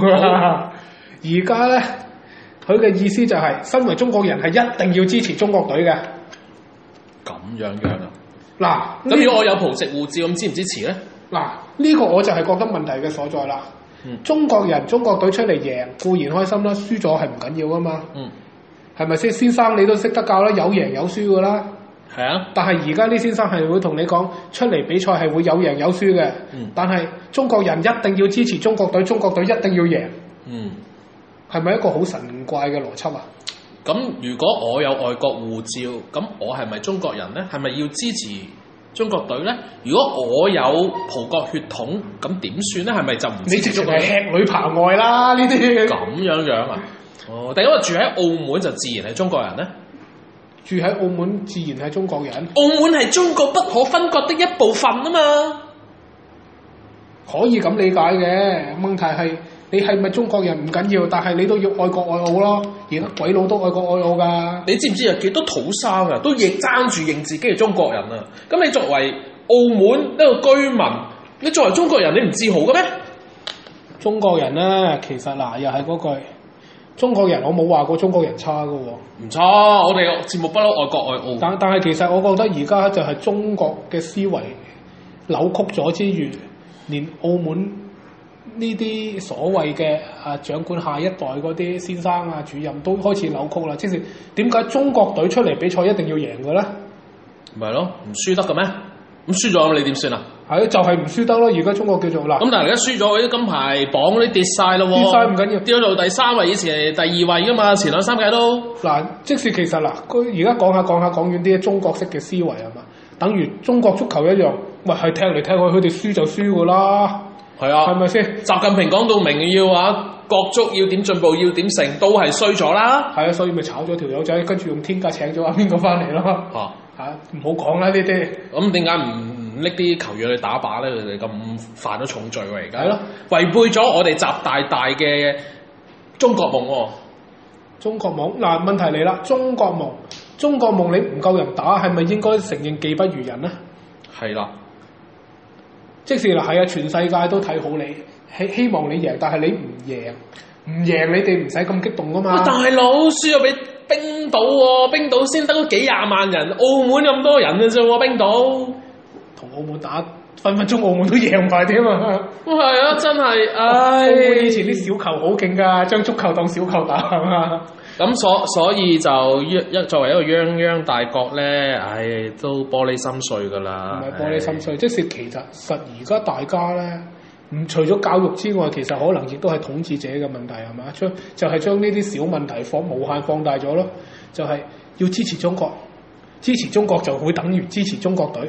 Speaker 2: 而家咧，佢嘅意思就係、身為中國人係一定要支持中國隊嘅。
Speaker 1: 咁樣樣啊？
Speaker 2: 嗱，
Speaker 1: 咁
Speaker 2: 呢
Speaker 1: 如果我有葡籍護照，咁支唔支持咧？
Speaker 2: 嗱呢個我就係覺得問題嘅所在啦。
Speaker 1: 嗯
Speaker 2: 中國人中國隊出嚟贏固然開心啦，輸咗係唔緊要噶嘛，
Speaker 1: 嗯，
Speaker 2: 係咪先？先生你都識得教啦，有贏有輸噶啦。
Speaker 1: 係啊，
Speaker 2: 但係而家啲先生係會同你講，出嚟比賽係會有贏有輸嘅。
Speaker 1: 嗯
Speaker 2: 但係中國人一定要支持中國隊，中國隊一定要贏，
Speaker 1: 嗯。
Speaker 2: 係咪一個好神怪嘅邏輯啊？
Speaker 1: 咁如果我有外國護照，咁我係咪中國人咧？係咪要支持中國隊咧？如果我有葡國血統，咁點算咧？係咪就唔
Speaker 2: 你
Speaker 1: 支
Speaker 2: 直
Speaker 1: 持中
Speaker 2: 情
Speaker 1: 國
Speaker 2: 係
Speaker 1: 隊？
Speaker 2: 吃裏扒外啦！呢啲
Speaker 1: 咁樣樣啊？哦，但因為住喺澳門就自然係中國人咧？
Speaker 2: 住喺澳門自然係中國人，
Speaker 1: 澳門係中國不可分割的一部分啊嘛。
Speaker 2: 可以咁理解嘅。問題係你係咪中國人唔緊要，但係你都要愛國愛澳咯。而家鬼佬都愛國愛澳㗎。
Speaker 1: 你知唔知有幾多土生啊？都亦爭住認自己係中國人啊！咁你作為澳門一個居民，你作為中國人，你唔自豪嘅咩？
Speaker 2: 中國人咧，其實嗱又係嗰句，中國人我冇話過中國人差㗎喎。
Speaker 1: 唔錯，我哋個節目不嬲愛國愛澳。
Speaker 2: 但但係其實我覺得而家就係中國嘅思維扭曲咗之餘，連澳門呢啲所謂嘅啊掌管下一代嗰啲先生啊主任都開始扭曲啦。即是點解中國隊出嚟比賽一定要贏嘅咧？
Speaker 1: 咪係咯，唔輸得嘅咩？咁輸咗你點算啊？
Speaker 2: 係就係唔輸得咯。而家中國叫做嗱，
Speaker 1: 咁但係而家輸咗，嗰啲金牌榜嗰啲跌晒咯喎。
Speaker 2: 跌晒唔緊要
Speaker 1: 跌到第三位，以前係第二位噶嘛，前兩三屆都。
Speaker 2: 嗱，即使其實嗱，佢而家講下講下講遠啲，中國式嘅思維係嘛？等於中國足球一樣，喂係踢嚟踢去，佢哋輸就輸㗎啦，
Speaker 1: 係
Speaker 2: 係
Speaker 1: 啊，
Speaker 2: 咪先？
Speaker 1: 習近平講到明要啊，國足要點進步，要點成，都係衰咗啦。
Speaker 2: 係啊，所以咪炒咗條友仔，跟住用天價請咗阿邊個翻嚟咯。
Speaker 1: 嚇、
Speaker 2: 嚇、唔好講啦呢啲。
Speaker 1: 咁點解唔拎啲球員去打靶咧？佢哋咁犯咗重罪喎、而家
Speaker 2: 係咯，
Speaker 1: 違背咗我哋習大大嘅中國夢喎、
Speaker 2: 中國夢嗱、問題嚟啦，中國夢，中國夢你唔夠人打，係咪應該承認技不如人呢？
Speaker 1: 係啦，
Speaker 2: 即使嗱係啊，全世界都睇好你，希希望你贏，但係你唔贏，唔贏你哋唔使咁激動噶
Speaker 1: 喂
Speaker 2: 嘛。
Speaker 1: 大佬輸咗俾冰島喎、冰島先得嗰幾廿萬人，澳門咁多人嘅啫喎，冰島。
Speaker 2: 同澳門打，分分鐘澳門都贏埋添啊！
Speaker 1: 咁係啊，真係，唉
Speaker 2: 澳。門以前啲小球好勁㗎，將足球當小球打係嘛？
Speaker 1: 咁所所以就一作為一個泱泱大國咧，唉，都玻璃心碎㗎
Speaker 2: 唔
Speaker 1: 啦。
Speaker 2: 係玻璃心碎，即是其實實而家大家咧，唔除咗教育之外，其實可能亦都係統治者嘅問題係嘛？將就係將呢啲小問題放無限放大咗咯，就係、要支持中國，支持中國就會等於支持中國隊。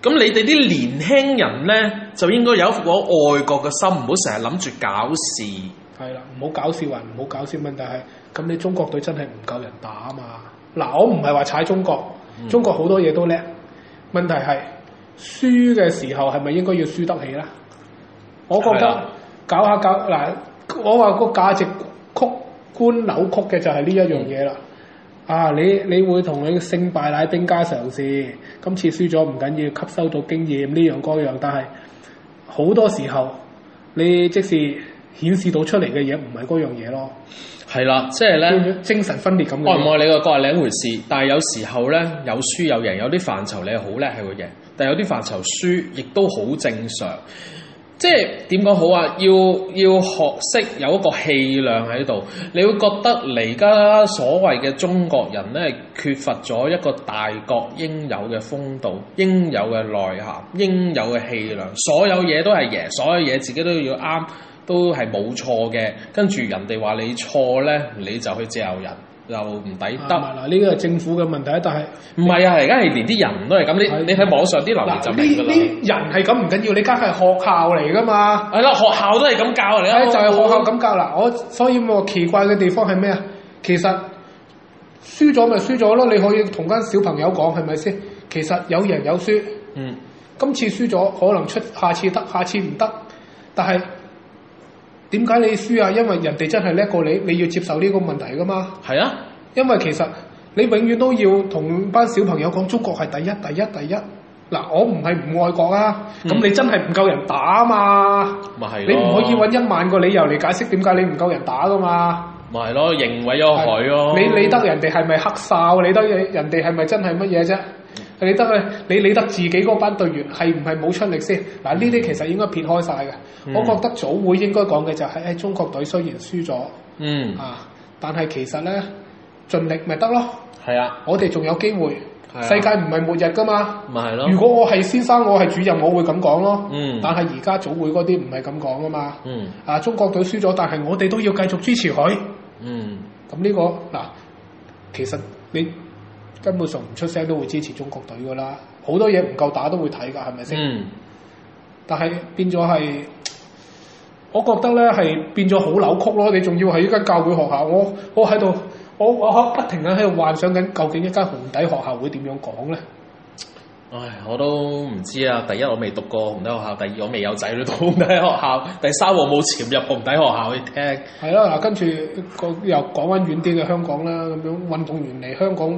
Speaker 1: 咁你哋啲年輕人咧，就應該有一個愛國嘅心，唔好成日諗住搞事。
Speaker 2: 係啦，唔好搞笑還唔好搞笑，問題係咁你中國隊真係唔夠人打啊嘛！嗱，我唔係話踩中國，中國好多嘢都叻，問題係輸嘅時候係咪應該要輸得起咧？我覺
Speaker 1: 係啦
Speaker 2: 得搞下搞嗱，我話個價值曲觀扭曲嘅就係呢一樣嘢啦。啊！你你會同你勝敗乃兵家常事，今次輸咗唔緊要，吸收到經驗呢樣嗰樣，但係好多時候你即是顯示到出嚟嘅嘢唔係嗰樣嘢咯，
Speaker 1: 係啦，即係咧，
Speaker 2: 精神分裂咁
Speaker 1: 愛唔
Speaker 2: 嘅。
Speaker 1: 愛你個國係另一回事，但係有時候咧，有輸有贏，有啲範疇你係好叻係會贏，但係有啲範疇輸亦都好正常。即係點講好啊？要要學識有一個氣量喺度，你會覺得嚟家所謂嘅中國人咧，缺乏咗一個大國應有嘅風度、應有嘅內涵、應有嘅氣量，所有嘢都係贏，所有嘢自己都要啱，都係冇錯嘅。跟住人哋話你錯咧，你就去借由人，又唔抵
Speaker 2: 啊
Speaker 1: 得。
Speaker 2: 嗱，呢個係政府嘅問題，但係
Speaker 1: 唔係啊，而家係連啲人都係咁，你你喺網上啲留言就
Speaker 2: 嗱呢
Speaker 1: 明㗎
Speaker 2: 呢
Speaker 1: 啦。
Speaker 2: 人係咁唔緊要，你家係學校嚟噶嘛？
Speaker 1: 係啦，學校都係咁教啊！你
Speaker 2: 係就係學校咁教啦。我所以我奇怪嘅地方係咩啊？其實輸咗咪輸咗咯，你可以同間小朋友講係咪先？其實有贏有輸，
Speaker 1: 嗯。
Speaker 2: 今次輸咗可能出下次得，下次唔得。但係點解你輸啊？因為人哋真係叻過你，你要接受呢個問題噶嘛。
Speaker 1: 係啊，
Speaker 2: 因為其實你永遠都要同班小朋友講中國係第一、第一、第一。嗱，我唔係唔愛國啊，咁、
Speaker 1: 嗯
Speaker 2: 你真係唔夠人打啊嘛。
Speaker 1: 咪係
Speaker 2: 你唔
Speaker 1: 咯
Speaker 2: 可以揾一萬個理由嚟解釋點解你唔夠人打噶嘛？
Speaker 1: 咪哦係啊咯，認為咗佢咯。
Speaker 2: 你理得人哋係咪黑哨？理得人哋係咪真係乜嘢啫？你理得佢你理得自己嗰班隊員係唔係冇出力先？嗱，呢啲其實應該撇開晒嘅。
Speaker 1: 嗯
Speaker 2: 我覺得早會應該講嘅就係、誒、中國隊雖然輸咗
Speaker 1: 嗯，
Speaker 2: 啊，但係其實咧盡力咪得咯。
Speaker 1: 係啊，
Speaker 2: 我哋仲有機會，
Speaker 1: 係啊
Speaker 2: 世界唔係末日噶嘛。
Speaker 1: 咪係咯。
Speaker 2: 如果我係先生，我係主任，我會咁講咯。
Speaker 1: 嗯
Speaker 2: 但係而家早會嗰啲唔係咁講噶嘛。
Speaker 1: 嗯
Speaker 2: 啊，中國隊輸咗，但係我哋都要繼續支持佢。
Speaker 1: 嗯，
Speaker 2: 咁呢、個嗱，其實你根本上唔出聲都會支持中國隊噶啦，好多嘢唔夠打都會睇噶，係咪先？
Speaker 1: 嗯，
Speaker 2: 但係變咗係，我覺得咧係變咗好扭曲咯。你仲要喺依間教會學校，我我喺度我我我不停喺度幻想緊，究竟一間紅底學校會點樣講咧？
Speaker 1: 唉，我都唔知啊！第一我未讀過紅底學校，第二我未有仔女讀紅底學校，第三我冇潛入紅底學校去聽。
Speaker 2: 係啦，嗱，跟住個又講翻遠啲嘅香港啦，咁樣運動員嚟香港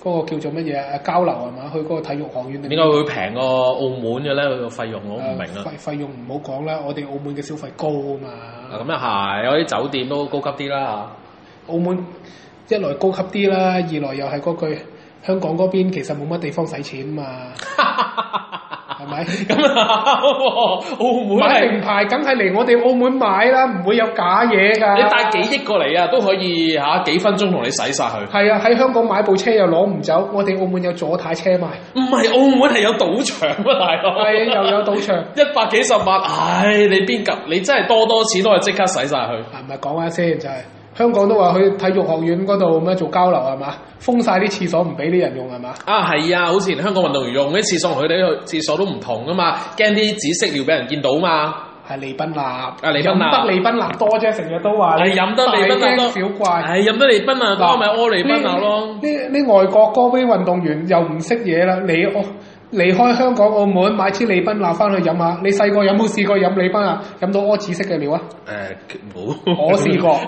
Speaker 2: 嗰個叫做乜嘢啊交流係嘛？去嗰個體育學院定
Speaker 1: 點解會平過澳門嘅咧？佢個費用我唔明
Speaker 2: 誒
Speaker 1: 啊！
Speaker 2: 費費用唔好講啦，我哋澳門嘅消費高啊
Speaker 1: 啊咁
Speaker 2: 嘛，
Speaker 1: 又係，有啲酒店都高級啲 啦
Speaker 2: 澳門一來高級啲啦，二來又係嗰句香港嗰邊其實冇乜地方使錢嘛，係 咪？
Speaker 1: 咁啊，澳門
Speaker 2: 買
Speaker 1: 係
Speaker 2: 名牌梗係嚟我哋澳門買啦，唔會有假嘢㗎。
Speaker 1: 你帶幾億過嚟啊，都可以嚇、幾分鐘同你洗晒佢。
Speaker 2: 係啊，喺香港買部車又攞唔走，我哋澳門有左太車賣，
Speaker 1: 唔係澳門係有賭場啊，大佬。
Speaker 2: 係又有賭場。
Speaker 1: 一百幾十萬，唉，你邊及？你真係多多錢都係即刻使晒佢。
Speaker 2: 啊，唔係講下先，就係、香港都話去體育學院嗰度咩做交流係嘛，封晒啲廁所唔俾啲人用係嘛，
Speaker 1: 啊，係啊，好似連香港運動員用啲廁所同佢哋去廁所都唔同噶嘛，驚啲紫色尿俾人見到嘛。
Speaker 2: 係利賓納，啊
Speaker 1: 利賓納
Speaker 2: 得利賓納多啫，成日都話
Speaker 1: 係飲得利賓納
Speaker 2: 大
Speaker 1: 多
Speaker 2: 驚小怪。
Speaker 1: 唉，飲得利賓啊，
Speaker 2: 嗱
Speaker 1: 多咪屙利賓啊咯。
Speaker 2: 呢呢外國嗰啲運動員又唔識嘢啦，你我離開香港澳門買支利賓納翻去飲下，你細個有冇試過飲利賓納飲到屙紫色嘅尿啊？
Speaker 1: 誒，冇。
Speaker 2: 我試過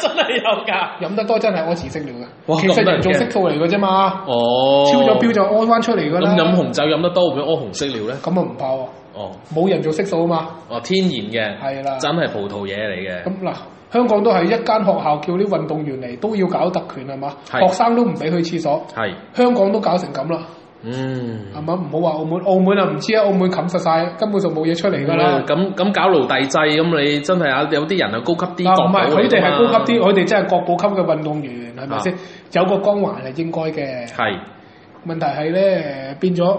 Speaker 1: 真係有㗎。
Speaker 2: 飲得多真係屙紫色尿
Speaker 1: 哇
Speaker 2: 嘅，其實
Speaker 1: 咁得人
Speaker 2: 人造
Speaker 1: 驚
Speaker 2: 色素嚟嘅啫嘛，
Speaker 1: 哦。
Speaker 2: 超咗標就屙翻出嚟㗎啦
Speaker 1: 咁。飲紅酒飲得多會唔會屙紅色尿咧？
Speaker 2: 咁啊唔怕喎，
Speaker 1: 哦，
Speaker 2: 冇人造色素啊嘛。
Speaker 1: 哦，天然嘅，
Speaker 2: 係啦，
Speaker 1: 真係啊葡萄嘢嚟嘅。
Speaker 2: 咁嗱，香港都係一間學校叫啲運動員嚟都要搞特權係嘛，
Speaker 1: 係
Speaker 2: 學生都唔俾去廁所，
Speaker 1: 係，
Speaker 2: 香港都搞成咁啦，
Speaker 1: 嗯。
Speaker 2: 係嘛？唔好話澳門，澳門啊唔知啊，澳門冚實晒，根本就冇嘢出嚟㗎啦。
Speaker 1: 咁咁搞奴隸制，咁你真係有有啲人啊高級啲，
Speaker 2: 啊
Speaker 1: 國
Speaker 2: 唔
Speaker 1: 寶
Speaker 2: 係，
Speaker 1: 嚟
Speaker 2: 佢哋係
Speaker 1: 㗎嘛
Speaker 2: 高級啲，，佢哋真係國寶級嘅運動員，係咪
Speaker 1: 啊
Speaker 2: 先？有個光環係應該嘅。
Speaker 1: 係
Speaker 2: 問題係咧，變咗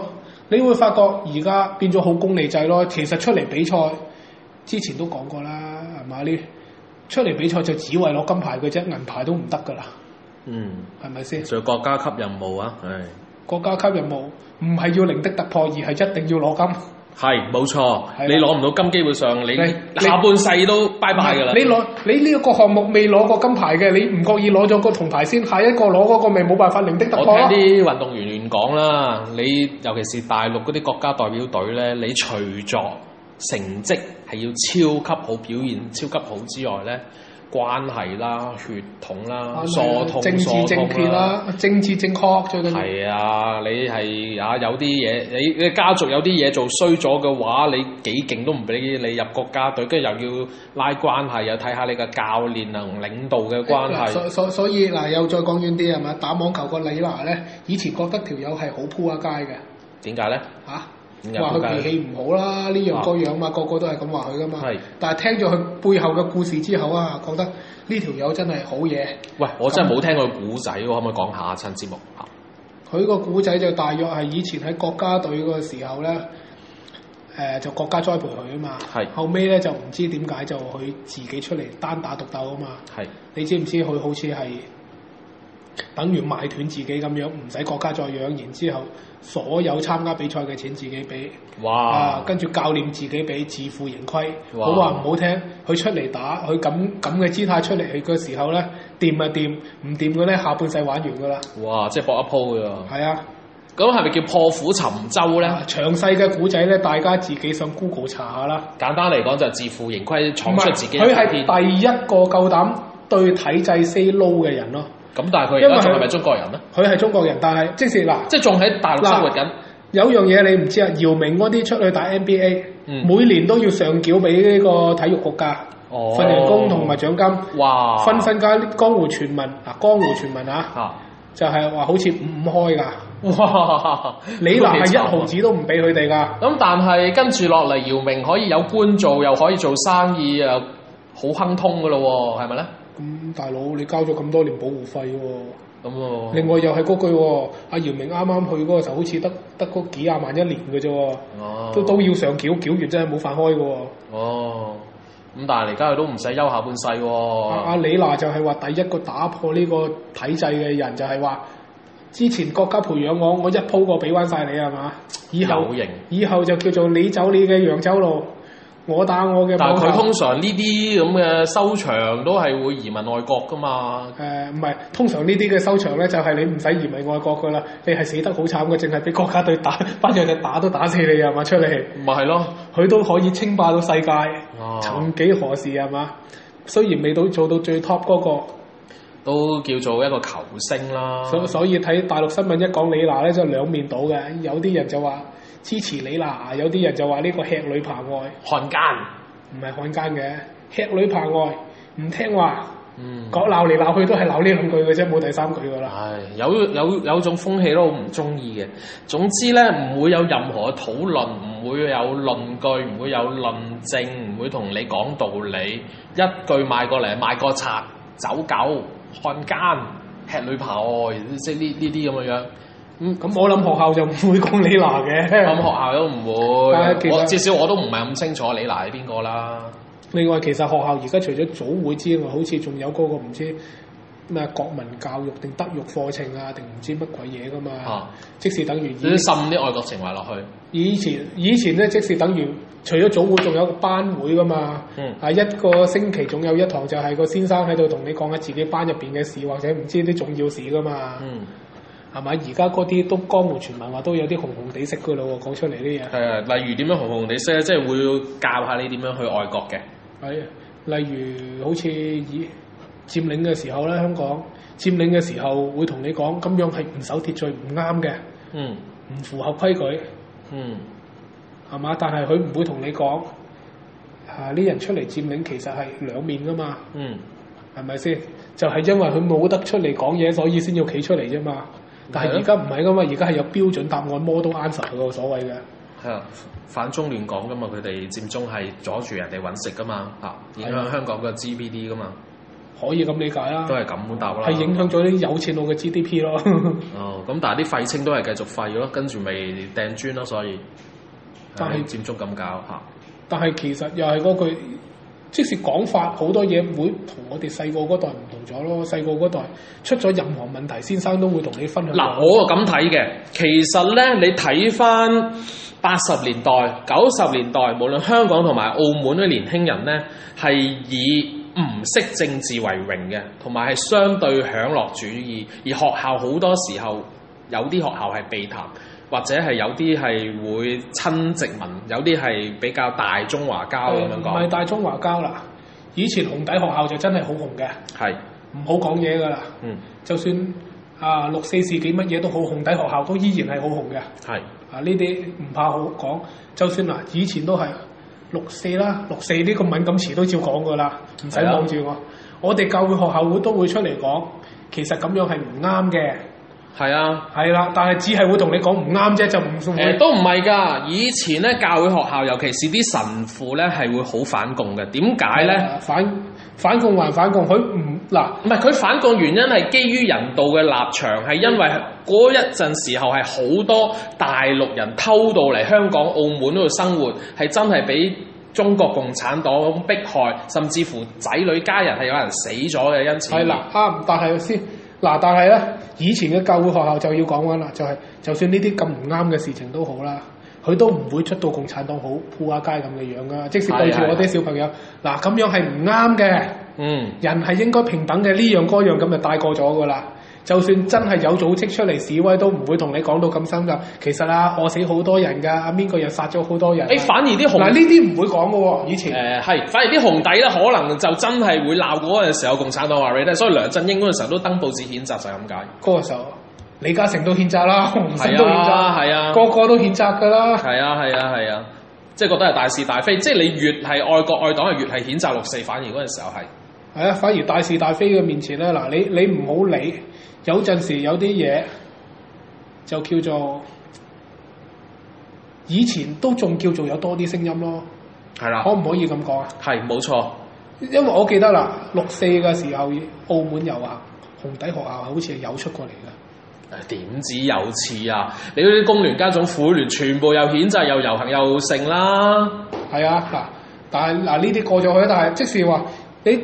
Speaker 2: 你會發覺而家變咗好功利制咯。其實出嚟比賽之前都講過啦，係嘛？你出嚟比賽就只為攞金牌嘅啫，銀牌都唔得㗎啦，
Speaker 1: 嗯，
Speaker 2: 係咪先？
Speaker 1: 仲有國家級任務啊，係
Speaker 2: 國家級任務唔係要零的突破，而係一定要攞金。
Speaker 1: 係冇錯，
Speaker 2: 係啦啊
Speaker 1: 你攞唔到金，基本上你
Speaker 2: 你你
Speaker 1: 下半世都拜拜㗎啦。
Speaker 2: 你攞你呢一個項目未攞過金牌嘅，你唔覺意攞咗個銅牌先，下一個攞嗰個咪冇辦法零的突
Speaker 1: 我
Speaker 2: 破咯
Speaker 1: 聽。啲運動員講啦，你尤其是大陸嗰啲國家代表隊咧，你除咗成績係要超級好表現、超級好之外咧，關係啦、血統啦、疏通、
Speaker 2: 啊政治
Speaker 1: 疏
Speaker 2: 正
Speaker 1: 通
Speaker 2: 確
Speaker 1: 啦。
Speaker 2: 啦，政治正確最緊要。
Speaker 1: 啊係啊，你係啊，有啲嘢，你你家族有啲嘢做衰咗嘅話，你幾勁都唔俾你入國家隊，跟住又要拉關係，又睇下你嘅教練啊同領導嘅關係。
Speaker 2: 啊所所所以嗱，又再講遠啲係嘛？打網球個李娜咧，以前覺得條友係好鋪下街嘅
Speaker 1: 點解咧？
Speaker 2: 嚇，
Speaker 1: 點解
Speaker 2: 話
Speaker 1: 仆街
Speaker 2: 佢脾氣唔好啦，呢樣
Speaker 1: 啊
Speaker 2: 嗰樣嘛，個個都係咁話佢噶嘛
Speaker 1: 係。
Speaker 2: 但係聽咗佢背後嘅故事之後啊，覺得呢條友真係好嘢。
Speaker 1: 喂，我真係冇聽過古仔喎，可唔可以講下親節目？啊
Speaker 2: 佢個古仔就大約係以前喺國家隊嗰個時候咧，誒、就國家栽培佢啊嘛。
Speaker 1: 係
Speaker 2: 後尾咧就唔知點解就佢自己出嚟單打獨鬥啊嘛。
Speaker 1: 係
Speaker 2: 你知唔知佢好似係等於賣斷自己咁樣，唔使國家再養，然之後所有參加比賽嘅錢自己俾，啊
Speaker 1: 哇，，
Speaker 2: 跟住教練自己俾，自負盈虧。
Speaker 1: 哇
Speaker 2: 好話唔好聽，佢出嚟打，佢咁咁嘅姿態出嚟嘅時候咧，掂啊掂，唔掂嘅咧下半世玩完噶啦。
Speaker 1: 哇，即係搏一鋪嘅喎。
Speaker 2: 係啊，
Speaker 1: 咁係咪叫破釜沉舟咧？
Speaker 2: 啊詳細嘅古仔咧，大家自己上 Google 查下啦。
Speaker 1: 簡單嚟講就係自負盈虧，闖出自己
Speaker 2: 佢
Speaker 1: 嘅
Speaker 2: 係
Speaker 1: 一片。
Speaker 2: 第一個夠膽對體制 say no 嘅人咯。
Speaker 1: 咁但係佢
Speaker 2: 因
Speaker 1: 而
Speaker 2: 為
Speaker 1: 家
Speaker 2: 佢
Speaker 1: 仲係咪中國人咧？
Speaker 2: 佢係中國人，但係即使嗱。
Speaker 1: 即係仲喺大陸生活緊。
Speaker 2: 有樣嘢你唔知啊，姚明嗰啲出去打 NBA，、
Speaker 1: 嗯
Speaker 2: 每年都要上繳俾呢個體育局㗎，
Speaker 1: 哦啊
Speaker 2: 份人工同埋獎金，
Speaker 1: 哇！
Speaker 2: 分分家江湖傳聞嗱，江湖傳聞啊，
Speaker 1: 啊！
Speaker 2: 就係、話好似五五開㗎，
Speaker 1: 哇！
Speaker 2: 李娜係一
Speaker 1: 都幾慘
Speaker 2: 毫
Speaker 1: 啊
Speaker 2: 子都唔俾佢哋㗎，
Speaker 1: 咁但係跟住落嚟，姚明可以有官做，又可以做生意，又好亨通噶咯喎，係咪咧？
Speaker 2: 咁、大佬你交咗咁多年保護費喎、
Speaker 1: 咁喎，
Speaker 2: 另外又係嗰句喎、阿姚明啱啱去嗰個時候好似得得嗰幾廿萬一年嘅啫喎，
Speaker 1: 哦
Speaker 2: 都都要上繳，繳完真係冇飯開嘅喎、
Speaker 1: 哦，咁但係而家佢都唔使休下半世喎、
Speaker 2: 阿阿李娜就係話第一個打破呢個體制嘅人，就係話之前國家培養我，我一啊鋪過俾翻晒你係嘛？以後
Speaker 1: 有型
Speaker 2: 以後就叫做你走你嘅揚州路，我打我嘅
Speaker 1: 但
Speaker 2: 網
Speaker 1: 係
Speaker 2: 球。
Speaker 1: 佢通常呢啲咁嘅收場都係會移民外國噶嘛。
Speaker 2: 誒唔係，通常呢啲嘅收場咧，就係、你唔使移民外國噶啦，你係死得好慘嘅，淨係俾國家隊打， 班人哋打都打死你啊係嘛出嚟，
Speaker 1: 咪係咯，
Speaker 2: 佢都可以稱霸到世界，
Speaker 1: 啊
Speaker 2: 曾幾何時啊係嘛？雖然未到做到最 top 嗰、個。
Speaker 1: 都叫做一個球星啦。
Speaker 2: 所所以睇大陸新聞一講李娜咧，就兩面倒嘅，有啲人就話支持李娜，有啲人就話呢個吃裏扒外，
Speaker 1: 漢奸，
Speaker 2: 唔係漢奸嘅，吃裏扒外，唔聽話，
Speaker 1: 嗯，
Speaker 2: 講鬧嚟鬧去都係鬧呢兩句嘅啫，冇第三句噶啦。
Speaker 1: 唉，有有有種風氣都好唔中意嘅。總之咧，唔會有任何嘅討論，唔會有論據，唔會有論證，唔會同你講道理，一句賣過嚟賣個賊、走狗、漢奸、吃裏扒外，即係呢呢啲咁嘅樣。嗯，哦
Speaker 2: 咁我諗學校就唔會講李娜
Speaker 1: 咁
Speaker 2: 嘅。
Speaker 1: 學校都唔
Speaker 2: 啊其
Speaker 1: 會，
Speaker 2: 實
Speaker 1: 我至少我都唔係咁清楚李娜係邊個啦。
Speaker 2: 另外，其實學校而家除咗早會之外，好似仲有嗰個唔知咩國民教育定德育課程啊，定唔知乜鬼嘢噶嘛。
Speaker 1: 啊
Speaker 2: 即是等
Speaker 1: 你
Speaker 2: 於以
Speaker 1: 都滲啲外國情懷落去，
Speaker 2: 以前以前咧，即是等於除咗早會，仲有個班會噶嘛。
Speaker 1: 嗯
Speaker 2: 啊，一個星期總有一堂就係個先生喺度同你講緊自己班入邊嘅事，或者唔知啲重要事噶嘛。
Speaker 1: 嗯，
Speaker 2: 係咪、而家嗰啲都江湖傳聞話都有啲紅紅地色噶咯喎，講出嚟啲嘢。
Speaker 1: 係啊，例如點樣紅紅地色咧，即係會教下你點樣去外國嘅。
Speaker 2: 係，例如好似以佔領嘅時候咧，香港佔領嘅時候會同你講，咁樣係唔守秩序唔啱嘅，
Speaker 1: 嗯
Speaker 2: 唔符合規矩，
Speaker 1: 嗯
Speaker 2: 係嘛？但係佢唔會同你講，啊呢人出嚟佔領其實係兩面噶嘛，
Speaker 1: 嗯，
Speaker 2: 係咪先？就係、因為佢冇得出嚟講嘢，所以先要企出嚟啫嘛。但係
Speaker 1: 係
Speaker 2: 而
Speaker 1: 咯
Speaker 2: 家唔係噶嘛，而家係有標準答案 model answer 個所謂嘅。
Speaker 1: 係啊，反中亂港噶嘛，佢哋佔中係阻住人哋揾食噶嘛，嚇、
Speaker 2: 啊
Speaker 1: 影響香港嘅 GPD 噶嘛，
Speaker 2: 可以咁理解啦
Speaker 1: 都，係咁答啦。
Speaker 2: 係影響咗啲有錢佬嘅 GDP 咯。
Speaker 1: 哦，咁但係啲廢青都係繼續廢咯，跟住咪掟磚咯，所以
Speaker 2: 但係
Speaker 1: 唉佔中咁搞啊嚇。
Speaker 2: 但係其實又係嗰句，即使講法好多嘢會同我哋細個嗰代唔同咗咯。細個嗰代出咗任何問題，先生都會同你分享。
Speaker 1: 嗱，我啊咁睇嘅，其實咧，你睇翻八十年代、九十年代，無論香港同埋澳門嘅年輕人咧，係以唔識政治為榮嘅，同埋係相對享樂主義，而學校好多時候有啲學校係避談。或者係有啲係會親殖民，有啲係比較大中華交咁樣
Speaker 2: 唔係
Speaker 1: 講，
Speaker 2: 大中華交啦，以前紅底學校就真係好紅嘅，
Speaker 1: 係，
Speaker 2: 唔好講嘢噶啦。
Speaker 1: 嗯，
Speaker 2: 就算啊六四事件乜嘢都好，紅底學校都依然係好紅嘅。
Speaker 1: 係，
Speaker 2: 啊呢啲唔怕好講，就算嗱以前都係六四啦，六四呢個敏感詞都照講噶啦，唔使
Speaker 1: 係啊
Speaker 2: 望住我。我哋教會學校會都會出嚟講，其實咁樣係唔啱嘅，
Speaker 1: 係啊。
Speaker 2: 係啦，但係只係會同你講唔啱啫，就唔
Speaker 1: 誒、
Speaker 2: 會。
Speaker 1: 呃都唔係㗎，以前咧教會學校，尤其是啲神父咧，係會好反共嘅。點解咧？
Speaker 2: 啊反反共還反共，佢唔嗱
Speaker 1: 唔係佢反共原因係基於人道嘅立場，係因為嗰一陣時候係好多大陸人偷渡嚟香港、澳門嗰度生活，係真係俾中國共產黨迫害，甚至乎仔女家人係有人死咗嘅，因此
Speaker 2: 係啦啱，但係先嗱，但係咧以前嘅教會學校就要講緊啦，就係、就算呢啲咁唔啱嘅事情都好啦。佢都唔會出到共產黨好鋪下街咁嘅樣噶，即使對住我啲小朋友，嗱咁樣係唔啱嘅。
Speaker 1: 嗯
Speaker 2: 人係應該平等嘅，呢樣嗰樣咁就帶過咗噶啦。就算真係有組織出嚟示威，都唔會同你講到咁深入。其實啊，餓死好多人㗎，啊邊個又殺咗好多人啊。
Speaker 1: 誒、反而啲紅
Speaker 2: 嗱呢啲唔會講嘅喎，以前
Speaker 1: 誒係、反而啲紅底咧，可能就真係會鬧嗰陣時候共產黨話你咧，所以梁振英嗰陣時候都登報紙譴責就係咁解。
Speaker 2: 嗰個時候，李嘉誠都譴責啦，洪森都譴責，
Speaker 1: 係啊
Speaker 2: 個個都譴責㗎啦。
Speaker 1: 係啊，係啊，係啊，即係覺得係大是大非，即係你越係愛國愛黨，係越係譴責六四，反而嗰陣時候係
Speaker 2: 係啊，反而大是大非嘅面前咧，嗱你你唔好理，有陣時有啲嘢就叫做以前都仲叫做有多啲聲音咯，
Speaker 1: 係啦
Speaker 2: 可，唔可以咁講啊？
Speaker 1: 係冇錯，
Speaker 2: 因為我記得啦，六四嘅時候澳門遊行，紅底學校好似係有出過嚟嘅。
Speaker 1: 誒點止有次啊？你嗰啲工聯家總、婦聯全部又譴責又遊行又盛啦，
Speaker 2: 係啊，嗱，但係嗱呢啲過咗去，但係即使話你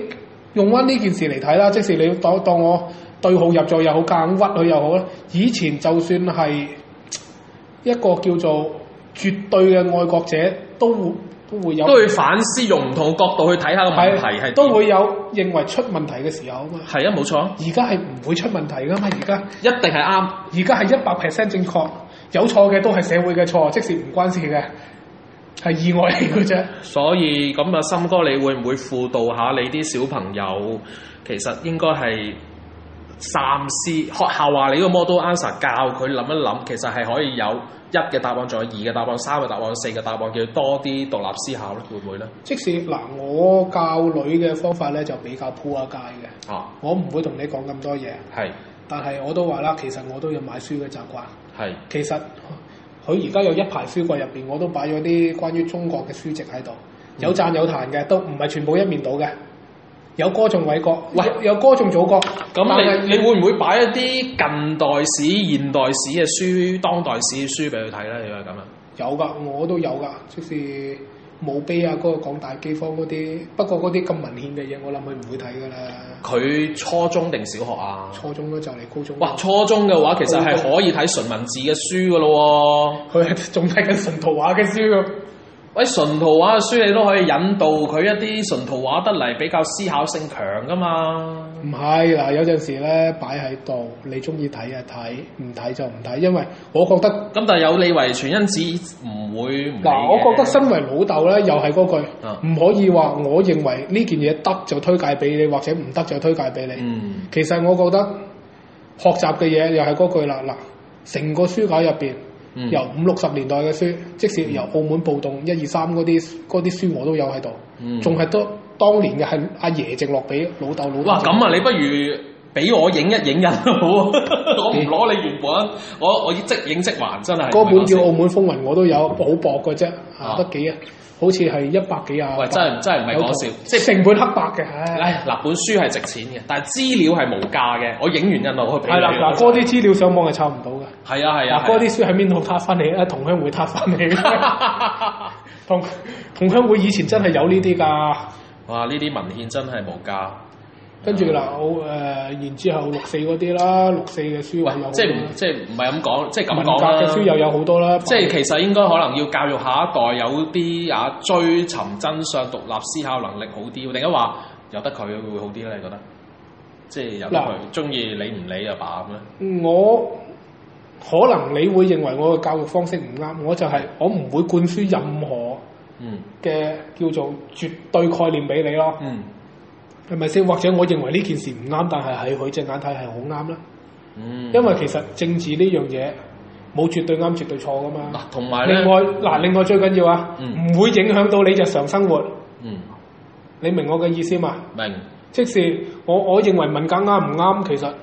Speaker 2: 用翻呢件事嚟睇啦，即使你當當我對號入座又好，夾硬屈佢又好啦，以前就算係一個叫做絕對嘅愛國者，都會都會有
Speaker 1: 都會反思，用唔同嘅角度去睇下個問題係點
Speaker 2: 都會有認為出問題嘅時候啊嘛。
Speaker 1: 係啊，冇錯，
Speaker 2: 而家係唔會出問題噶嘛，而家
Speaker 1: 一定係啱。
Speaker 2: 而家係一百 percent 正確，有錯嘅都係社會嘅錯，即使唔關事嘅，係意外嚟嘅啫。
Speaker 1: 所以咁啊，森哥，你會唔會輔導下你啲小朋友？其實應該係三思，學校話你個 model answer 教佢諗一諗，其實係可以有一嘅答案，仲有二嘅答案、三嘅答案、四嘅答案，叫佢多啲獨立思考咧，會唔會咧？
Speaker 2: 即使嗱，我教女嘅方法咧就比較鋪下街嘅，
Speaker 1: 啊，
Speaker 2: 我唔會同你講咁多嘢，
Speaker 1: 係
Speaker 2: 但係我都話啦，其實我都有買書嘅習慣。
Speaker 1: 係
Speaker 2: 其實佢而家有一排書櫃入邊，我都擺咗啲關於中國嘅書籍喺度，有讚有彈嘅，都唔係全部一面倒嘅，有歌頌偉國，
Speaker 1: 喂
Speaker 2: 有有歌頌祖國。
Speaker 1: 咁你你會唔會擺一啲近代史、現代史嘅書、當代史嘅書俾佢睇咧？如果係咁啊，
Speaker 2: 有噶，我都有噶，即是墓碑啊，嗰、個講大饑荒嗰啲，不過嗰啲咁文獻嘅嘢，我諗佢唔會睇噶啦。
Speaker 1: 佢初中定小學啊？
Speaker 2: 初中啦，就嚟高中。
Speaker 1: 哇！初中嘅話，其實係可以睇純文字嘅書噶咯喎。
Speaker 2: 佢係仲睇緊純圖畫嘅書喎。
Speaker 1: 喂，純圖畫嘅書你都可以引導佢一啲純圖畫得嚟比較思考性強噶嘛？
Speaker 2: 唔係嗱，有陣時咧擺喺度，你中意睇就睇，唔睇就唔睇，因為我覺得。
Speaker 1: 咁但係有你遺傳因子唔會唔理嘅
Speaker 2: 嗱，我覺得身為老豆咧，又係嗰句，唔、
Speaker 1: 啊
Speaker 2: 可以話我認為呢件嘢得就推介俾你，或者唔得就推介俾你。
Speaker 1: 嗯
Speaker 2: 其實我覺得學習嘅嘢又係嗰句啦，嗱，成個書架入邊，
Speaker 1: 嗯
Speaker 2: 由五六十年代嘅書，即使由澳門暴動一二三嗰啲嗰啲書我都有喺度
Speaker 1: 嗯，
Speaker 2: 仲係都當年嘅係阿爺直落俾老豆老豆。
Speaker 1: 哇！咁啊，你不如俾我影一影印啊好， 我唔攞你原本，我我即影即還，真係
Speaker 2: 嗰本叫《澳門風雲》，我都有，好薄嘅啫，
Speaker 1: 啊
Speaker 2: 啊得幾啊，好似係一百幾啊。
Speaker 1: 喂，真係真係唔係講笑，即
Speaker 2: 即
Speaker 1: 係
Speaker 2: 成本黑白嘅，唉。
Speaker 1: 唉嗱本書係值錢嘅，但係資料係無價嘅，我影完印我去俾你。
Speaker 2: 係啦，嗱，嗰啲資料上網係抄唔到嘅。
Speaker 1: 係啊係啊，
Speaker 2: 嗱，嗰啲書喺邊度撻翻嚟咧？啊同鄉會撻翻嚟。 同同鄉會以前真係有呢啲㗎。
Speaker 1: 哇！呢啲文獻真係無價。
Speaker 2: 跟住嗱，我誒、然之後六四嗰啲啦，六四嘅書
Speaker 1: 喂
Speaker 2: 我有好，多
Speaker 1: 即係唔即係唔係咁講，即係咁
Speaker 2: 文
Speaker 1: 講
Speaker 2: 革
Speaker 1: 啦
Speaker 2: 嘅書又有好多啦。
Speaker 1: 即係其實應該可能要教育下一代有啲啊追尋真相、獨立思考能力好啲，定係話由得佢會好啲咧？你覺得？即係由得佢中意理唔理啊爸咁咧？
Speaker 2: 嗯我可能你會認為我嘅教育方式唔啱，我就係、我唔會灌輸任何
Speaker 1: 嗯
Speaker 2: 嘅叫做絕對概念俾你咯。
Speaker 1: 嗯
Speaker 2: 係咪先？或者我認為呢件事唔啱，但係喺佢隻眼睇係好啱啦。
Speaker 1: 嗯，
Speaker 2: 因為其實政治呢樣嘢冇絕對啱、絕對錯噶
Speaker 1: 嗱
Speaker 2: 嘛。
Speaker 1: 同埋咧
Speaker 2: 另，外嗱，另外最緊要啊，唔、
Speaker 1: 嗯
Speaker 2: 會影響到你日常生活。
Speaker 1: 嗯
Speaker 2: 你明我嘅意思嘛？
Speaker 1: 明
Speaker 2: 即使我我認為文革啱唔啱，其實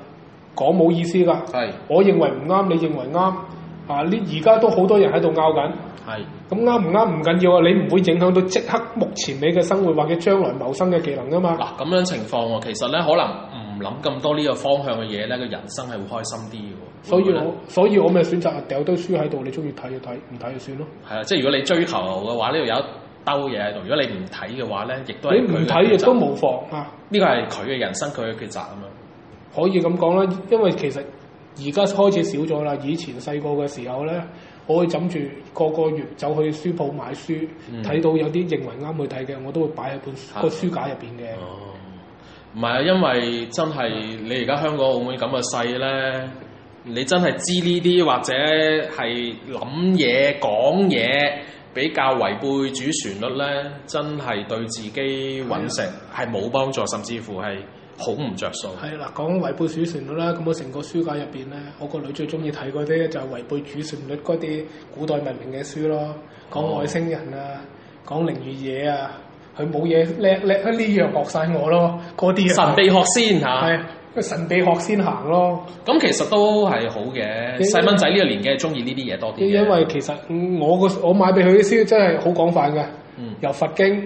Speaker 2: 講冇意思噶。
Speaker 1: 係
Speaker 2: 我認為唔啱，你認為啱啊？呢而家都好多人喺度拗緊。
Speaker 1: 係
Speaker 2: 咁啱唔啱唔緊要啊！你唔會影響到即刻目前你嘅生活或者將來謀生嘅技能噶嘛？
Speaker 1: 嗱咁樣情況喎，其實咧可能唔諗咁多呢個方向嘅嘢咧，個人生係會開心啲嘅喎。
Speaker 2: 所以
Speaker 1: 會唔會呢
Speaker 2: 我所以我咪選擇啊掉堆書喺度，你中意睇就睇，唔睇就算咯。
Speaker 1: 係啊，即係如果你追求嘅話，呢度有一兜嘢喺度；如果你唔睇嘅話咧，亦都係
Speaker 2: 你唔
Speaker 1: 佢嘅
Speaker 2: 睇亦
Speaker 1: 抉擇
Speaker 2: 都無妨啊，
Speaker 1: 呢個係佢嘅人生，佢嘅抉擇啊嘛。
Speaker 2: 可以咁講啦。因為其實而家開始少咗啦，以前細個嘅時候咧，我會枕住個個月走去書鋪買書，睇、
Speaker 1: 嗯
Speaker 2: 到有啲認為啱去睇嘅，我都會擺喺本
Speaker 1: 啊
Speaker 2: 個書架入邊嘅。
Speaker 1: 哦，唔係啊，因為真係你而家香港澳門咁嘅勢咧，你真係知呢啲或者係諗嘢講嘢比較違背主旋律咧，真係對自己揾食係冇幫助，甚至乎係好唔着數。
Speaker 2: 係啊啦，講違背主旋律啦，咁我成個書架入邊咧，我個女最中意睇嗰啲就係違背主旋律嗰啲古代文明嘅書咯，講
Speaker 1: 哦
Speaker 2: 外星人啊，講靈與嘢啊，佢冇嘢叻叻呢樣學晒我咯，嗰啲啊
Speaker 1: 神秘學先嚇，
Speaker 2: 係啊佢神秘學先行咯，
Speaker 1: 咁其實都係好嘅。
Speaker 2: 你
Speaker 1: 細蚊仔呢個年紀係中意呢啲嘢多啲嘅
Speaker 2: 因為其實嗯我個我買俾佢啲書真係好廣泛嘅，
Speaker 1: 嗯
Speaker 2: 由佛經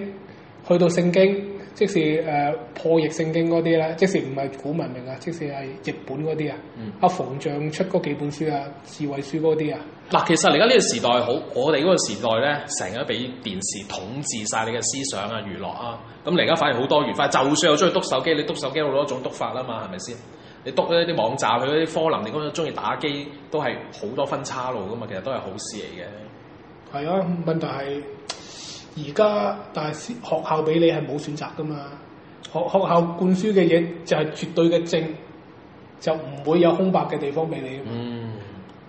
Speaker 2: 去到聖經。即是誒、呃破譯聖經嗰啲咧，即是唔係古文明啊，即是係譯本嗰啲啊，
Speaker 1: 嗯
Speaker 2: 阿馮象出嗰幾本書啊，智慧書嗰啲啊，
Speaker 1: 嗱，其實而家呢個時代好，我哋嗰個時代咧，成日都俾電視統治晒你嘅思想啊、娛樂啊。咁你而家反而好多元化，就算我中意篤手機，你篤手機有好多種篤法啦嘛，係咪先？你篤呢啲網站，佢嗰啲科林，你嗰種中意打機，都係好多分岔路噶嘛，其實都係好事嚟嘅。
Speaker 2: 係啊，問題係而家但係學校俾你係冇選擇噶嘛，學學校灌輸嘅嘢就係絕對嘅正，就唔會有空白嘅地方俾你。
Speaker 1: 嗯，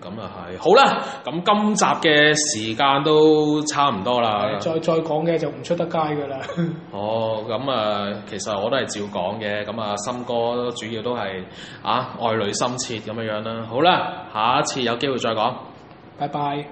Speaker 1: 咁啊係。好啦，咁今集嘅時間都差唔多啦。
Speaker 2: 再再講嘅就唔出得街噶啦。
Speaker 1: 哦，咁啊，其實我都係照講嘅，咁啊，森哥主要都係啊愛女心切咁樣樣啦。好啦，下一次有機會再講。
Speaker 2: 拜拜。